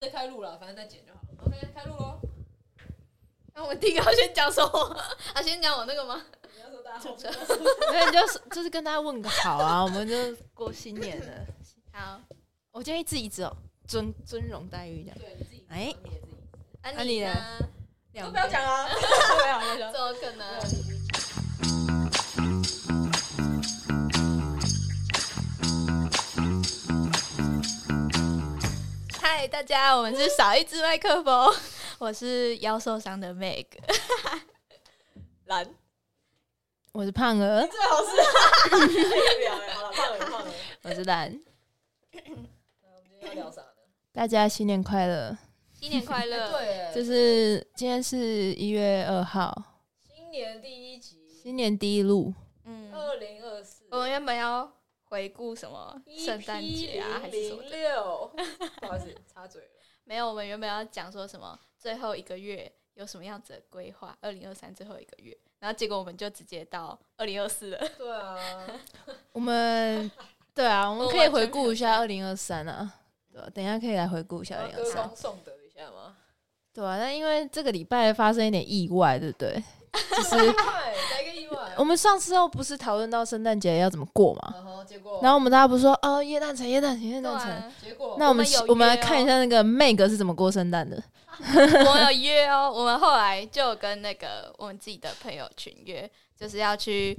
再开录了，反正再剪就好。OK，开录喽。那我们第一个要先讲什么？ 啊，先讲我那个吗？你要说大家好。没有，你就是就是跟大家问个好啊，我们就过新年了。好，啊我建议自己只有尊尊荣待遇这样。对，你自己哎你也自己啊安你妮呢呢？两都不要边讲 啊！对啊我想怎么可能？嗨，大家，我们是少一支麦克风， 我是腰受伤的 Meg，蓝，我是胖儿，最好是无聊哎，好了，胖了胖了。我是兰，我们今天要聊啥 呢？大家新年快乐！新年快 乐！哎对，就是今天是一月二号，新年第一集，新年第一录，嗯，二零二四，我们原本要回顾什么圣诞节啊，还是什么零的？六，不好意思，插嘴了。没有，我们原本要讲说什么最后一个月有什么样子的规划，二零二三最后一个月，然后结果我们就直接到二零二四了。对 啊，我们对啊，我们我可以完全回顾一没 下有二零二三啊。对啊，等一下可以来回顾一下二要零二歌三啊功。颂德一下吗？对啊，但因为这个礼拜发生一点意外，对不对？ 就是意外，来个意外我。们上次又不是讨论到圣诞节要怎么过嘛？然后结果，然后我们大家不是说哦，耶诞城，耶诞城，耶诞城。啊，结果，那 我们我们有我们来约哦看一下那个 Meg 是怎么过圣诞的。我们有约哦，我们后来就有跟那个我们自己的朋友群约，就是要去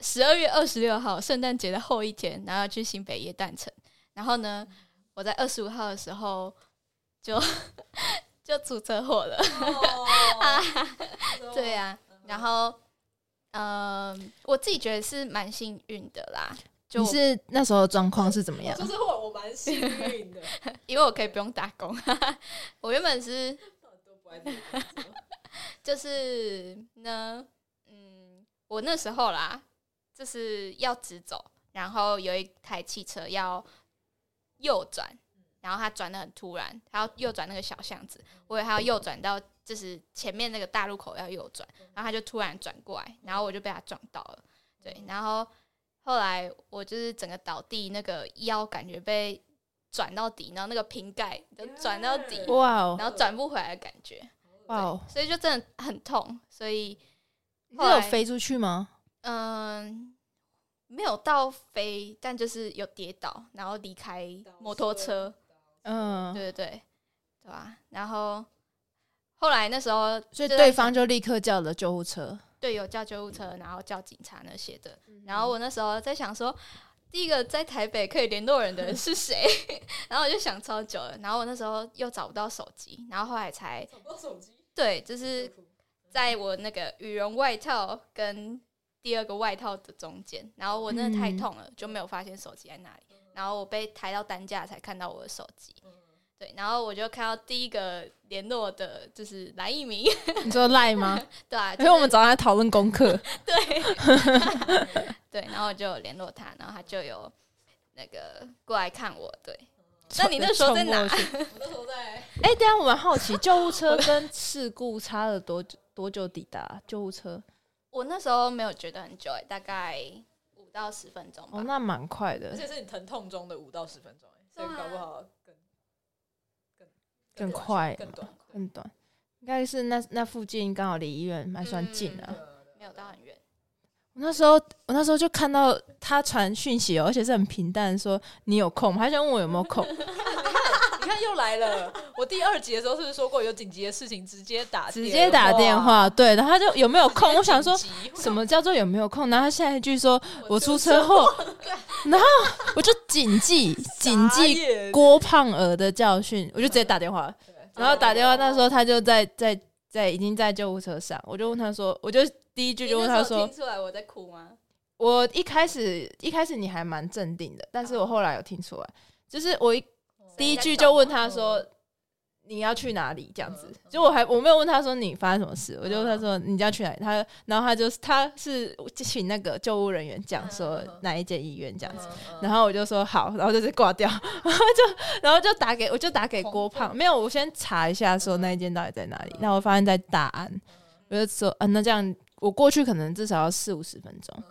十二月二十六号圣诞节的后一天，然后要去新北耶诞城。然后呢，我在二十五号的时候就 就出车祸了。 哦 对，啊呀、然后，嗯、我自己觉得是蛮幸运的啦，就你是那时候的状况是怎么我样？说实话，我蛮幸运 的，因为我可以不用打工， 我原本是都不爱自己工作就是呢，嗯，我那时候啦，就是要直走，然后有一台汽车要右转，然后它转的很突然，它要右转那个小巷子，我以为它要右转到就是前面那个大路口要右转，然后它就突然转过来，然后我就被它撞到了，对，然后后来我就是整个倒地，那个腰感觉被转到底，然后那个瓶盖就转到底， Yeah 哇哦然后转不回来的感觉。哇哦！所以就真的很痛，所以你是后来有飞出去吗？嗯，没有到飞，但就是有跌倒，然后离开摩托车，嗯，对对对，对吧、然后后来那时候就在，所以对方就立刻叫了救护车。队友叫救护车，然后叫警察那些的，然嗯嗯 后我那时候在想说，第一个在台北可以联络人的人是谁？ 然后我就想超久了，然后我那时候又找不到手机，然后后来才找不到手机，对，就是在我那个羽绒外套跟第二个外套的中间，然后我真的太痛了，就没有发现手机在哪里，然后我被抬到担架才看到我的手机，嗯对，然后我就看到第一个联络的就是 蓝一鸣， 你说赖吗？ 对啊，就因为我们是早上在讨论功课。对， 对，然后我就有联络他，然后他就有那个过来看我，对， 那你那时候在哪 冲过 去？我那时候在哎，等一下我蛮好奇，救护车跟事故差了多久？多久抵达救护车？我那时候没有觉得很久、欸，大概五到十分钟吧。哦，那蛮快而的，且是你疼痛中的五到十分钟、欸，所以对啊搞不好更更更快更短。嗯很短，应该是那那附近刚好离医院还算近啊嗯。没有到很远，我那时候，我那时候就看到他传讯息哦，而且是很平淡地说你有空吗，他想问我有没有 空。你看又来了，我第二集的时候是不是说过有紧急的事情直接打直接打电话，对，然后他就有没有空？我想说紧急什么叫做有没有空？然后他下一句说我出车祸，然后我就谨记谨记记郭胖儿的教训，我就直接打电话，然后打电话那时候他就在在在已经在救护车上，我就问他说，我就第一句就问他你那时候说，听出来我在哭吗？我一开始一开始你还蛮镇定的，但是我后来有听出来，就是我一第一句就问他说。你要去哪里？这样子嗯，就我还我没有问他说你发生什么事，我就问他说你要去哪里？他然后他就他是请那个救护人员讲说嗯嗯嗯哪一间医院这样嗯子，然后后我就说好，然后就是挂掉，然后就然后就打给我就打给郭胖，没有，我先查一下说那一间到底在哪里，那我发现在大安，我就说啊，那这样我过去可能至少要四五十分钟，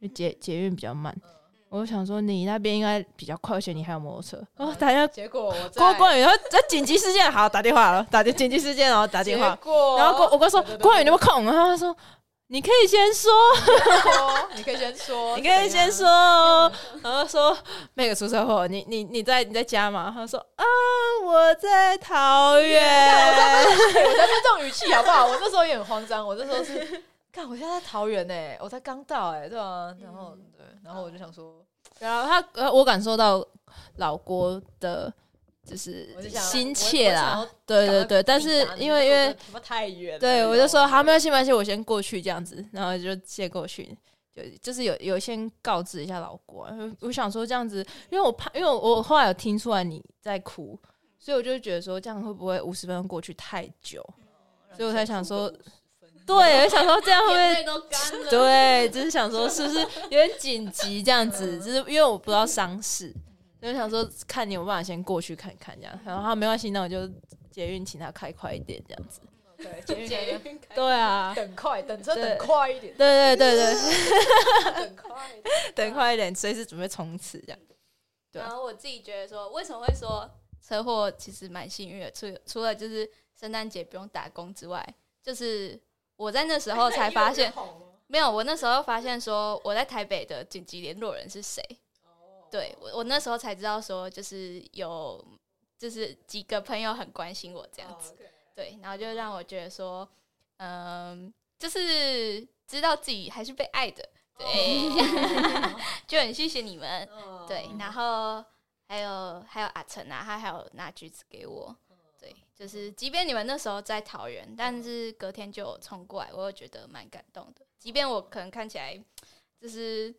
就捷捷运比较慢，我想说你那边应该比较快，而且你还有摩托车。哦，打 电话结果我在郭冠宇，然后这紧急事件，好打电话了，打电紧急事件，然后哦打电话结，果然后郭我跟他说对对对郭冠宇你有没有空？然后他说你可以先说，说， 你可以先说， 你可以先说怎样。哦，然后说那个出车祸，你你你在你在家吗？他说啊我在桃园， 我才没这种语气好不好？我那时候也很慌张，我那时候是，看我现在在桃园哎，我才刚到哎，对啊，然后嗯对，然后我就想说，然后他呃我感受到老郭的。就是我就想心切我我啦想要，对对赶快对，但抵是达你因为因为他妈太远了，对，我就说好，没关系，没关系，我先过去这样子，然后就先过去，就就是有有先告知一下老郭啊，我想说这样子，因为我怕，因为我我后来有听出来你在哭，所以我就觉得说这样会不会五十分钟过去太久？所以我才想说，对，我想说这样会 不眼会泪都干 了。对，只是想说是不是有点紧急这样嗯子，就是因为我不知道伤势，所以想说看你有没有办法先过去看看这样。然后他没关系，那我就捷运请他开快一点这样子。 对，捷运捷站运开对啊， 等快，等车对等快一点，对对对对，等快一点，等快一点，随时准备冲刺这样。对啊然后我自己觉得说，为什么会说车祸其实蛮幸运的，除除了就是圣诞节不用打工之外，就是我在那时候才发 现，没有，我那时候发现说我在台北的紧急联络人是谁。对 我，我那时候才知道说，就是有，就是几个朋友很关心我这这样哦子，对，然后就让我觉得说，嗯，就是知道自己还是被爱的，哦对， 就很谢谢你们。哦 对，嗯然后还有还有阿成啊，他还有拿橘子给我。嗯对，就是即便你们那时候在桃园，但是隔天就有冲过来，我又觉得蛮感动的。即便我可能看起来就是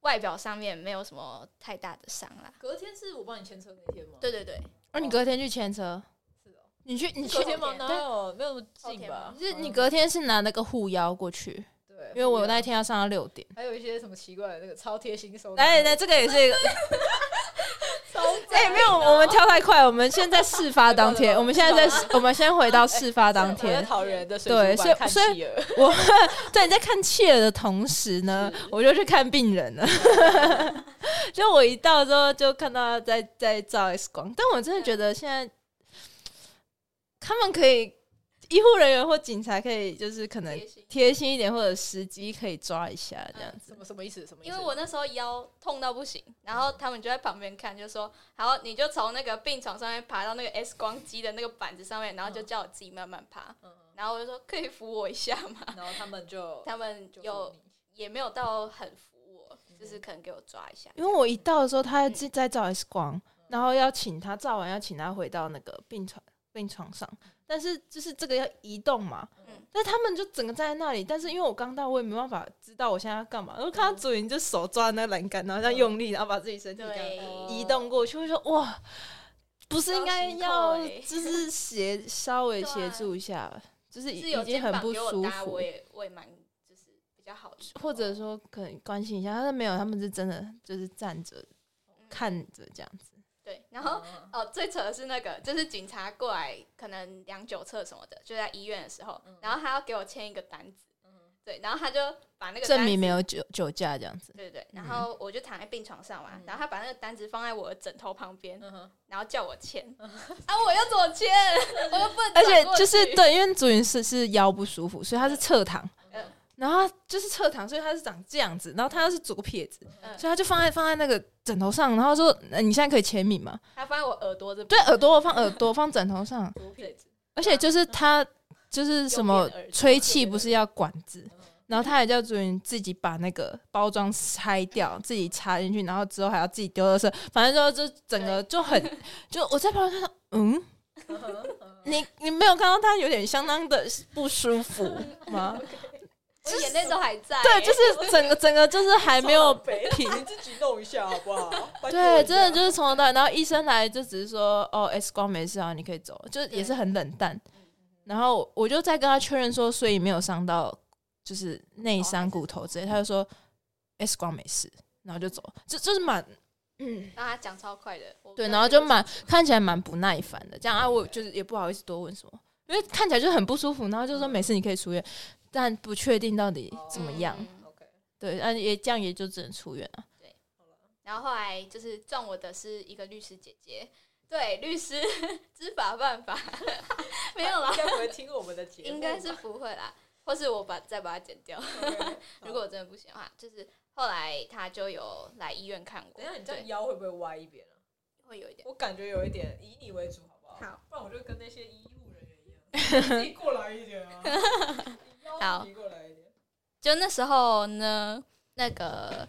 外表上面没有什么太大的伤啦。隔天是我帮你牵车那天吗？对对对，那哦你隔天去牵车，是哦，你去你去隔，天吗？对哪有没有那么近吧嗯后？就是你隔哦天是拿那个护腰过去，对，因为我那一天要上到六点。还有一些什么奇怪的那个超贴心收纳，来来，这个也是一 个，超哎，没有，我们跳太快，我们现在事发当 天，我们现在在，我们先回到事发当我在天。桃园的水对族所以馆看所以 企鹅，我在你在看切的同时呢，我就去看病人了。就我一到之后，就看到他在在照 X 光，但我真的觉得现在他们可以，医护人员或警察可以，就是可能贴心贴心一点，或者时机可以抓一下这嗯样子什。么什么意思？什么意因思？为我那时候腰痛到不行，然后他们就在旁边看，就说：“好，你就从那个病床上面爬到那个 X 光机的那个板子上面，然后就叫我自己慢慢爬。嗯，嗯然后我就说：“可以扶我一下吗然后他们 就？”他们哦就有也没有到很扶嗯我，就是可能给我抓一下。因为我一到的时候，他还在在照 X 光，然后要请他照完，要请他回到那个病床病床上。但是就是这个要移动嘛，嗯但他们就整个站在那里。但是因为我刚到，我也没办法知道我现在要干嘛。然后看到主人就手抓那栏杆，然后这样用力，然后把自己身体这样嗯对，移动过去，我就说哇，不是应该高要兴扣欸啊就是协稍微协助一下，就是是已有已经肩膀很不给我舒搭服我。也我也蛮就是比较好的，哦或者说可能关心一下，但是没有，他们是真的就是站着嗯看着这样子。对，然后。嗯哦，最扯的是那个，就是警察过来，可能量酒测什么的，就在医院的时候，嗯然后他要给我签一个单子，嗯对，然后他就把那个证明单子没有酒酒驾这样子。对对对，嗯然后我就躺在病床上嘛，嗯然后他把那个单子放在我的枕头旁边，嗯哼然后叫我签， 啊，我又怎么 签？我又不能嗯而转过去，且就是对，因为主云是是腰不舒服，所以他是侧躺，嗯然后他就是侧躺，所以他是长这样子，然后他又是左撇子，嗯所以他就放在放在那个枕头上，然后说：“呃你现在可以签名吗他放在我耳朵这？”对边，，耳朵放耳朵放枕头上，左撇子，而且嗯就是他就是什么右边耳朵吹气不是要管子嗯，然后他也叫主云自己把那个包装拆掉，自己插进去，然后之后还要自己丢垃圾，反正就就整个就很 就我在旁边看到，嗯。嗯哼嗯你你没有看到他有点相当的不 舒服吗？我眼泪都还在、对，就是整个整个就是还没有超北平。你自己弄一下好不好？拜托对，一下真的就是从头到尾，然后医生来就只是说，哦，X 光没事啊，你可以走，就是也是很冷淡。然后我就再跟他确认说，所以没有伤到，就是内伤骨头之类，他就说 X 光没事，然后就走，就就是蛮，嗯，然后他讲超快的，我对，根本然后就蛮看起来蛮不耐烦的，这样啊，我就是也不好意思多问什么，因为看起来就很不舒服，然后就说没事，你可以出院，但不确定到底怎么样，嗯 OK，对，啊也这样也就只能出院了、好然后后来就是撞我的是一个律师姐姐，对，律师 知法犯法， 没有啦，该不会听我们的节目吧？应该是不会啦，或是我把再把它剪 掉，OK。如果我真的不行的话，就是后来他就有来医院看过，等一下你这样对腰会不会歪一边啊？会有一点，我感觉有一点以你为主，好不好？好，不然我就跟那些医护人员一样，自己过来一点 啊，腰好自己过来一点。就那时候呢，那个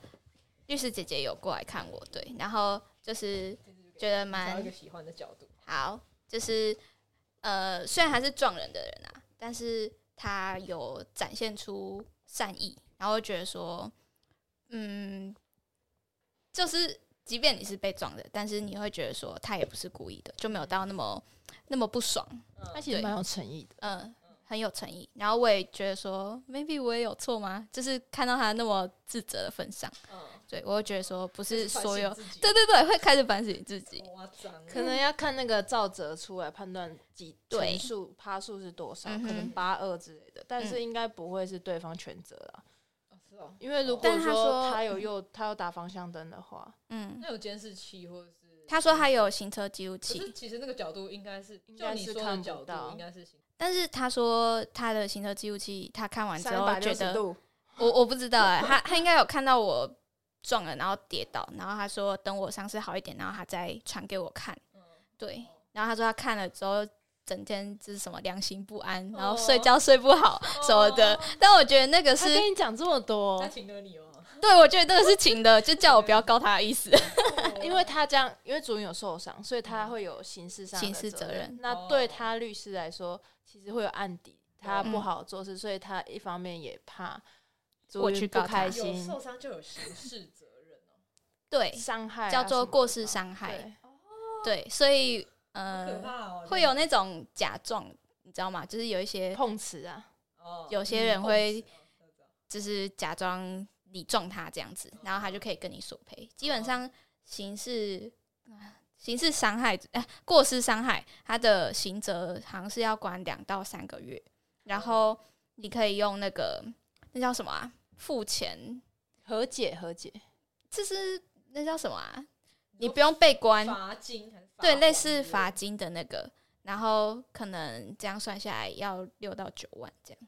律师姐姐有过来看我，对，然后就是觉得找一蛮个喜欢的角度，好，就是呃，虽然他是撞人的人啊，但是他有展现出善意，然后觉得说，嗯，就是即便你是被撞的，但是你会觉得说他也不是故意的，就没有到那么那么不爽，他嗯，其实蛮有诚意的。嗯。很有诚意，然后我也觉得说，maybe 我也有错吗？就是看到他那么自责的份上，嗯对我会觉得说，不是所有，，自己欸对对对，会开始反省自己。夸张，可能要看那个照折出来判断几对乘数趴数是多少，嗯哼嗯可能八二之类的，但是应该不会是对方全责啦。哦是哦。嗯因为如但果他说他有右，他有打方向灯的话，嗯，那有监视器或者是？他说他有行车记录可器是，其实那个角度应该是，应就该你是说的看不角度到应该是行，但是他说他的行车记录器，他看完之三后百觉六十得，度，我我不知道哎、他他应该有看到我撞了，然后跌倒，然后他说等我伤势好一点，然后他再传给我看。嗯对，然后他说他看了之后，整天就是什么良心不安，然后睡觉睡不好什么的。 但我觉得那个哦他是跟你讲这么多他，请了 你哦，对，我觉得那个是情的，就叫我不要告他的意思。嗯因为他这样，因为主人有受伤，所以他会有刑事上嗯的刑事责任哦那对他律师来说，其实会有案底，他嗯不好做事，所以他一方面也怕主我去人告不他开有心，受伤就有刑事责任哦，对，伤害啊叫什做么的过失吧伤害。对对，所以好可呃，怕哦，会有那种假撞，你知道吗？就是有一些碰瓷啊，哦有些人会嗯碰瓷哦就是假装你撞他这样子，然后他就可以跟你索赔。基本上刑事啊刑事伤害、呃、过失伤害，他的刑责好像是要关两到三个月，然后你可以用那个那叫什么啊？付钱，和解和解，这是那叫什么啊？你你说不用被关，罚金还是罚对，款类似之罚类的金的那个，然后可能这样算下来要六到九万这样。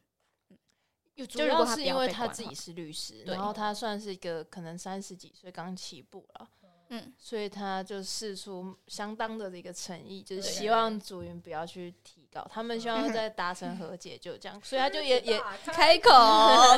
就如如果果他是不要因为被他关自的己是律师，对然后他算是一个可能三十几岁刚起步了，嗯，所以他就试出相当的一个诚意，就是对希望主云不要去提高，他们希望再达成和解，就这样，所以他就也 也打开开 口，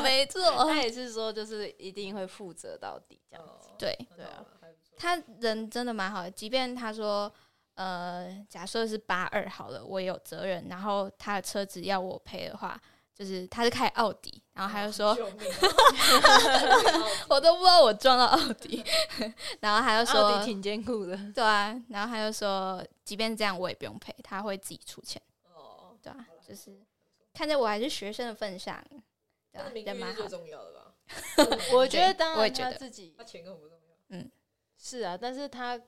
没错，他也是说就是一定会负责到底这样子。哦对很对啊好玩还不错他人真的蛮好的，即便他说。呃，假设是八二好了，我有责任，然后他的车子要我赔的话，就是他是开奥迪，然后他就说，哦救命 啊我都不知道我撞到奥迪， 然后他就奥说迪，挺坚固的， 对啊，然后他就说，即便这样我也不用赔，他会自己出钱， 哦，对啊，就是看在我还是学生的份上，对他啊的，名人誉蛮是好最的，重要的吧？我觉得当我也然觉他得自己他钱根本 不重要。是啊，但是他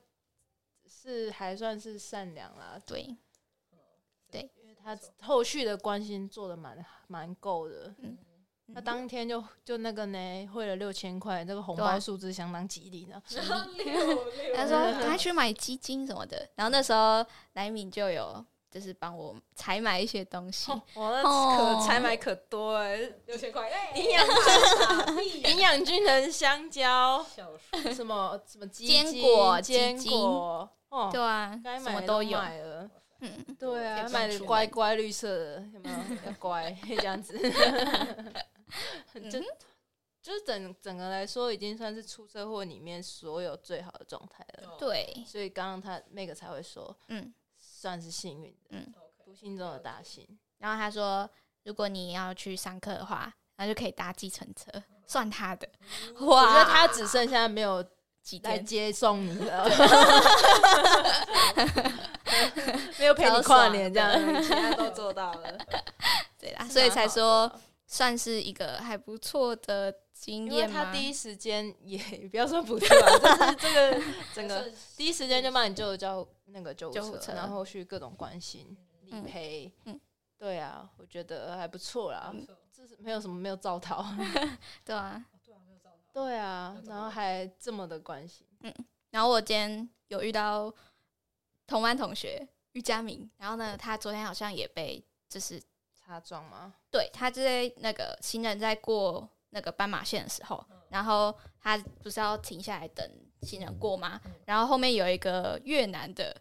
是还算是善良啦，对，他后续的关心做的蛮蛮够的。嗯他当天就就那个呢，汇了六千块，这个红对啊包数字相当吉利 呢。然后六六他说赶快去买基金什么的，然后那时候莱敏就有就是帮我采买一些东 西，哇，哦那可采买可多哎、欸六千块， 哎营养傻逼营养均衡 香蕉，小叔什么什么鸡坚精果坚鸡精果，哦，对啊，该什买么的有，买了。嗯，对可以啊，不买用的出乖门乖绿色的，有没有？ 要乖这 样子，很就嗯就是整整个来说，已经算是出车祸里面所有最好的状态哦了。对，所以刚刚他那个才会说，嗯，算是幸运的，不，OK，幸中的大幸。然后他说如果你要去上课的话，然后就可以搭计程车，算他的，哦我觉得哇，他只剩下没有几来天接送你了， 没有陪你跨年这样，其他都做到 了，对啦，所以才说算是一个还不错的经因为验他嘛。第一时间也不要说补助 啊，就是这个整个 第一时间就帮你救叫那个救护救护车然后后续各种关心理嗯赔，嗯对啊，我觉得还不错啦，不错就是没有什么 没有造逃，对啊，对啊，没有找到，对啊，然后还这么的关心，然后我今天有遇到同班同学于佳明，然后呢，他昨天好像也被就是擦撞吗？对他就在那个行人在过那个斑马线的时嗯候，然后他不是要停下来等行人过吗？嗯然后后面有一个越南的，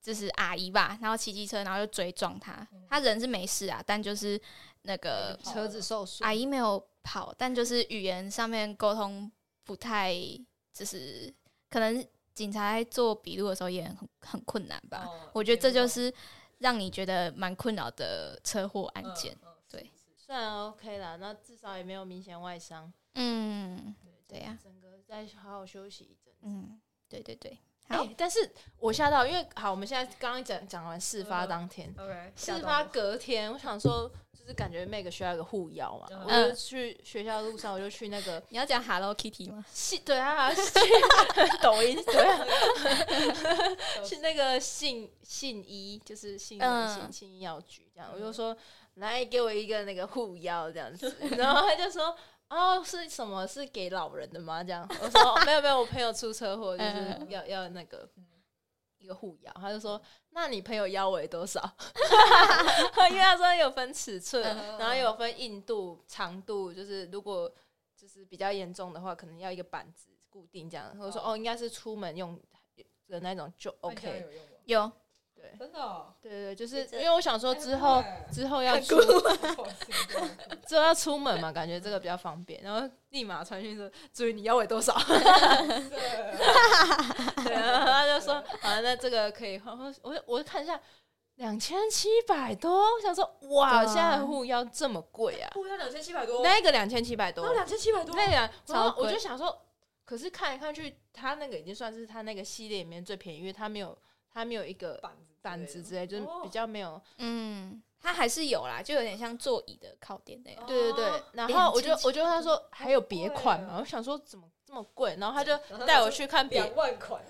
就是阿姨吧，然后骑机车，然后就追撞他。嗯他人是没事啊，但就是那呃个车子受损啊阿姨没有跑，但就是语言上面沟通不太，就是可能警察在做笔录的时候也很很困难吧。哦我觉得这就是让你觉得蛮困扰的车祸案件。。嗯嗯嗯对算 OK 啦，那至少也没有明显外伤。嗯，对呀、整个再好好休息一阵。嗯，对对对，哎、好，但是我吓到，因为好，我们现在刚刚讲讲完事发当天， OK，事发隔天，我想说，就是感觉 Meg 需要一个护腰嘛，嗯我就去学校路上，我就去那个你要讲 Hello Kitty 吗？信，对啊，信抖音对啊， 去那个信信医，就是信嗯信信医药局这样，我就说来给我一个那个护腰这样子， 然后他就说。哦，是什么？是给老人的吗？这样，我说、哦没有没有，我朋友出车祸，就嗯是嗯嗯要要那个一个护腰，他就说，那你朋友腰围 多少？ 因为他说有分尺寸，嗯然后有分硬度、长度，就是如果就是比较严重的话，可能要一个板子固定这样。我说哦哦，应该是出门用的那种就那这样 OK。有用吗哦有，对真的哦，对对，对就是因为我想说之后哎之后要出不错是这样之后要出门嘛，感觉这个比较方便，然后立马传讯说注意你腰围多少。 是对，然后他就说啊，那这个可以换。我我就我就看一下。两千七百多，我想说哇，对啊现在的护腰这么贵啊！不要两千七百多，那一个两千七百多，那两千七百多，那两，啊然超后贵我就想说，可是看来看去，它那个已经算是它那个系列里面最便宜，因为它没有它没有一个板子板子之类，就是哦比较没有。嗯，它还是有啦，就有点像座椅的靠垫那样。 对对对哦。然后我就两千七百我就跟他说还有别款贵嘛，啊我想说怎么这么贵，然后他就带我去看别，两万 款，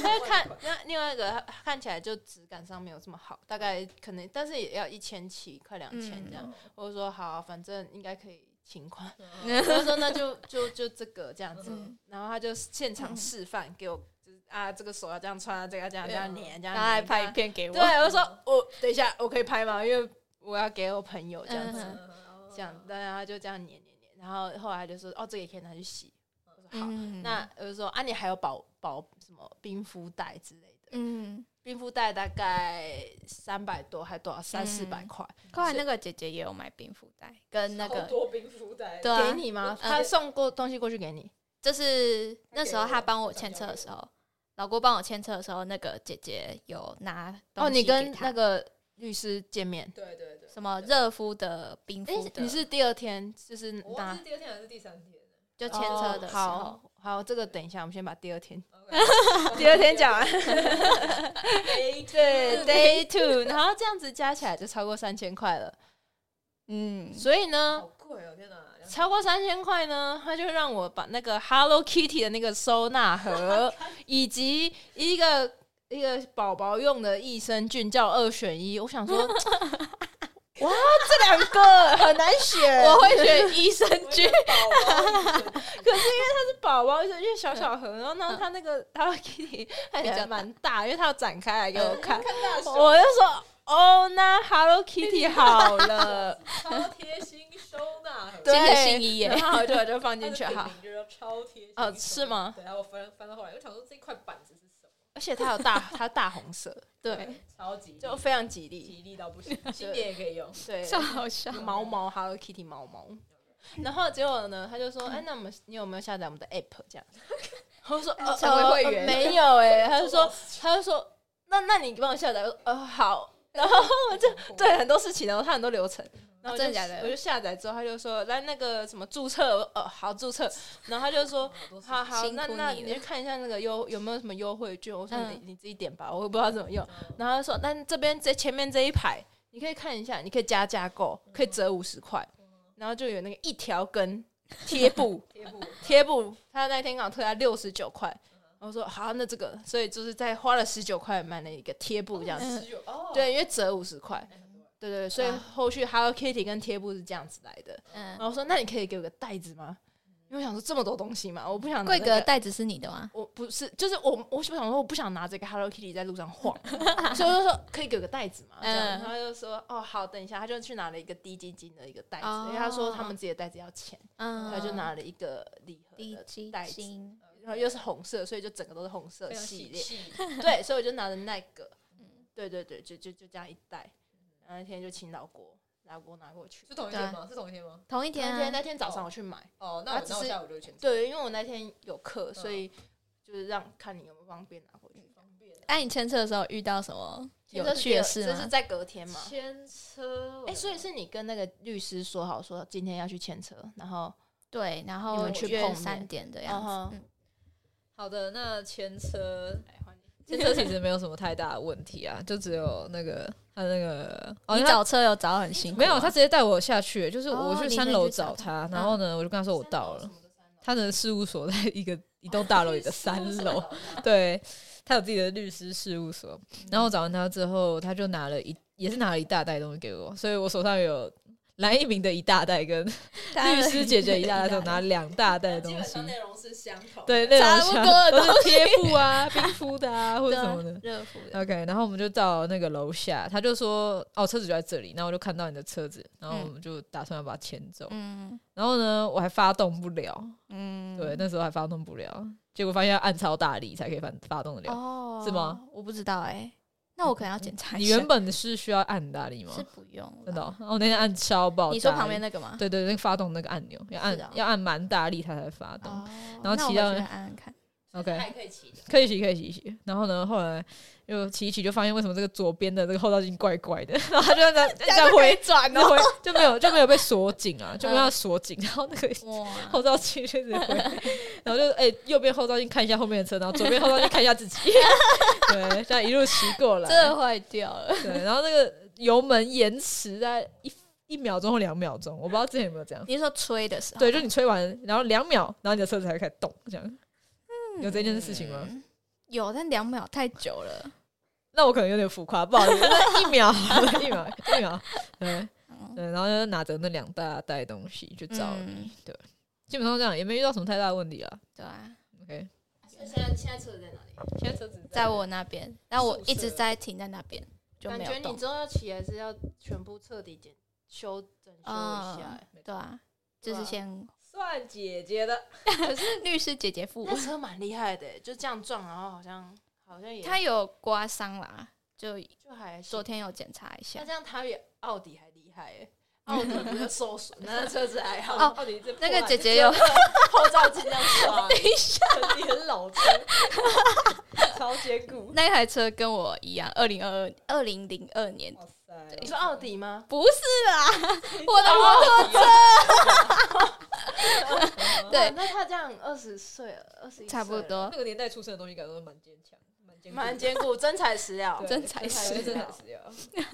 他就看那另外一个他看起来就质感上没有这么好，大概可能但是也要一千七快两千这样。我就说好啊，反正应该可以勤款。嗯他说那 就就就这个这样子嗯，然后他就现场示范给我，就是啊这个手要这样穿，啊这个要这样这样粘，这然样后还粘拍影。片给这我。样对，啊我就说我等一下我可以拍吗？因为我要给我朋友这样子，嗯这样，然后他就这样粘粘粘，然后后来他就说哦这个也可以拿去洗，我说好，嗯，那我就说啊你还有保保什么冰敷袋之类的，嗯，冰敷袋大概三百多还多少三四百嗯块，后来那个姐姐也有买冰敷袋跟那好个，多冰敷袋，对给啊，你吗？嗯他送过东西过去给你，就是那时候她帮我牵车的时候，老郭帮我牵车的时候，那个姐姐有拿东哦，西你跟给她那个律师见面。对对对，什么热敷的冰哎、敷的，你是第二天就是我拿忘记是第二天还是第三天了就牵车的时候哦好，好，这个等一下，我们先把第二天 OK 哎第二天讲完。 A 对，day two，然后这样子加起来就超过三千块了。嗯，所以好呢，贵哦，天哪，两超过三千块呢，他就让我把那个 Hello Kitty 的那个收纳盒，以及一个一个宝宝用的益生菌叫二选一。我想说， 哇，这两个很难选。 我会选益生我 菌一，个宝宝可是因为它是宝宝，因为小小盒，然后呢，它那个 Hello Kitty 看比较起来大蛮大，因为它要展开来给我看，看大熊我就说哦，那 Hello Kitty 好 了，超贴心收纳盒，今对天信一耶然，后我就我就放进去它的哈品，名就叫超贴心收纳哦是吗对，然后我翻翻到后来，我想说这块板子是什么？ 而且它有大，它大红色，对，，超级就非常吉利，吉利到不 行，新年也可以用。对，超好笑。毛毛 Hello Kitty 毛毛。然后结果呢，他就说：“哎，那我们你有没有下载我们的 app？” 这样， 我说：“呃成为会员呃没有哎、他就说：“他就说，那那你帮我下载。”我说：“呃，好。”然后我就对很多事情哦，他很多流程。然后我就嗯啊真的假的我就下载之后，他就说：“来那个什么注册。”我说：“呃，好 注册。”然后他就说：“好多事好好，辛苦那那你你了去看一下那个优有没有什么优惠券？”我说嗯你：“你自己点吧，我也不知道怎么用。”嗯，然后他说：“那这边这前面这一排，你可以看一下，你可以加价购，嗯可以折五十块。”然后就有那个一条根 贴 布贴布，贴布，他那天刚好特价六十九块。我说好，那这个，所以就是在花了十九块买了一个贴布这样嗯子， 19哦，对，因为折五十块，哎，很多对对对，所以哇后续 Hello Kitty 跟贴布是这样子来的。嗯然后我说那你可以给我个袋子吗？因因为我想说这么多东西嘛，我不想拿贵这格个的袋子是你的吗？我不是，就是我，我想说，我不想拿这个 Hello Kitty 在路上 晃，所以我就说可以给我个袋子嘛。这样，嗯然后他就说哦好，等一下，他就去拿了一个低基金的一个袋子，哦因为他说他们自己的袋子要钱，嗯他就拿了一个礼盒低的基袋子，金，然后又是红色，所以就整个都是红色系列。气。 对，所以我就拿着那个，嗯对对对，就就就这样一袋，然后那天就请老郭，老郭拿过去。是同一天吗？是同一天吗？同一天那啊天那天早上我去买，哦，那啊他我只那我是下午就去。，对，因为我那天有课，所以嗯就是让看你有没有方便拿过去。方便。哎，你牵车的时候有遇到什么有趣的事这是吗？在隔天嘛？牵车，哎、所以是你跟那个律师说好，说今天要去牵车，然后对，然你后们去碰约面三点的样嗯哼子，嗯好的，那牵车来牵车其实没有什么太大的问题啊， 就只有那个他那个哦，你他找车有找很辛苦吗，没有， 他直接带我下去，就是哦我去三楼找他嗯你可以去找，他然后呢，我就跟他说我到了，他的事务所在一个一栋大楼里的三楼，哦对他有自己的律师事务所，然后我找完他之后，他就拿了一也是拿了一大袋东西给我，所以我手上有蓝一鸣的一大袋跟他律师姐姐一 大袋，就拿两大袋的东西，内容是相同，对，内容差不像多的都是 贴布啊、冰敷的啊或者什么的。热敷的， OK，然后我们就到那个楼下，他就说：“哦，车子就在这里。”然后我就看到你的车子，然后我们就打算要把它牵走。嗯然后呢，我还发动不了，嗯，对，那时候还发动不了，结果发现要按超大力才可以发发动得了。哦，是吗？我不知道哎，那我可能要检查一你下。原本是需要按大力吗？是不用啦真的、哦，然后我那天按超爆大力。你说旁边那个吗？对对，那个发动那个按钮要按、是哦要按蛮大力它才发动。哦，然后那我骑回到去按按看， OK，还可以骑的。可以骑，可以骑，一骑。然后呢，后来又骑一骑，就发现为什么这个左边的这个后照镜怪怪的，然后他就在那 在那回转，然后哦回就没有就没有被锁紧啊，嗯就没有锁紧。然后那个哇， 后照镜就是回，然后就哎、右边后照镜看一下后面的车，然后左边后照镜看一下自己， 对，这样一路骑过来，真的坏掉了，对。然后那个油门延迟在一一秒钟或两秒钟，我不知道之前有没有这样。你是说吹的时候？对，就你吹完，然后两秒，然后你的车子才会开始动，这样。有这件事情吗？嗯有，但两秒太久了。那我可能有点浮夸，不好意思，那一秒，一秒，一秒，对嗯对，然后就拿着那两大袋东西去找你，嗯基本上这样也没遇到什么太大的问题啊。对啊， OK，所以现在现在车子在哪里？现在车子在我那边，但我宿舍一直在停在那边，就感没觉有你动。之后要骑还是要全部彻底检修整修一下、欸？对啊，就是先算姐姐的， 律师姐姐 付那，车蛮厉害的欸、就这样撞，然后好像好像也她有刮伤啦，就就还昨说，天有检查一下 那。这样他比奥迪还厉害、欸。奥迪不是 受损，那车子还好。哦奥迪这那破个烂姐姐有，后照镜这样 刷，你很老车， 超节骨， 那台车跟我一样，二零二二二零零二年，哇塞你说哦奥迪吗？不是啦， 哦我的摩托哦车。对， 对，那他这样二十岁了，二十一差不多哦那。个年代出生的东西，感觉都蛮坚强，蛮坚固的蛮坚固，真材实料对。真材真实材真材料实料，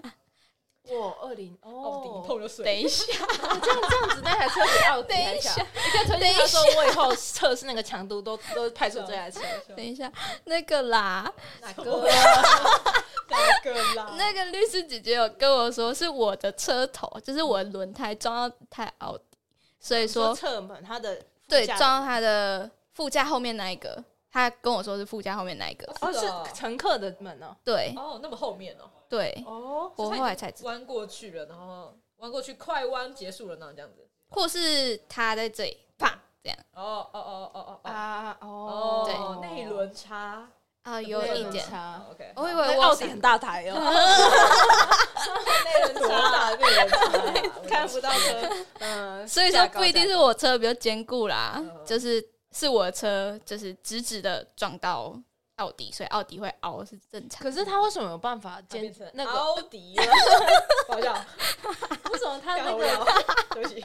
哇，二零奥哦，迪碰就碎等了，一下，这样这样子那台车比奥迪还小。 等你看推荐他说我以后测试那个强度都都派出这 台车，等一下，那个啦，哪个 大哥啦，那个律师姐姐有跟我说，是我的车头，就是我轮胎撞到太奥迪，所以说侧门它的对撞到他的副驾后面那一个，他跟我说是副驾后面那一个，哦是哦是乘客的门哦对哦，那么后面哦。对，哦我后来才知道，弯过去了，然后弯过去快弯结束了，那这样子。或是他在这里啪这样哦哦哦哦哦啊哦，对哦，内轮差。哦啊，有一点，差， OK，我以为那我奥迪很大台哦， 内轮差， 内轮啊差，看不到车，嗯，所以说不一定是我车比较坚固啦嗯，就是是我的车就是直直的撞到奥迪，所以奥迪会凹是正常。可是他为什么有办啊法它坚变成那个？奥迪了，搞笑， 为什么 他太那无个聊， 对不起，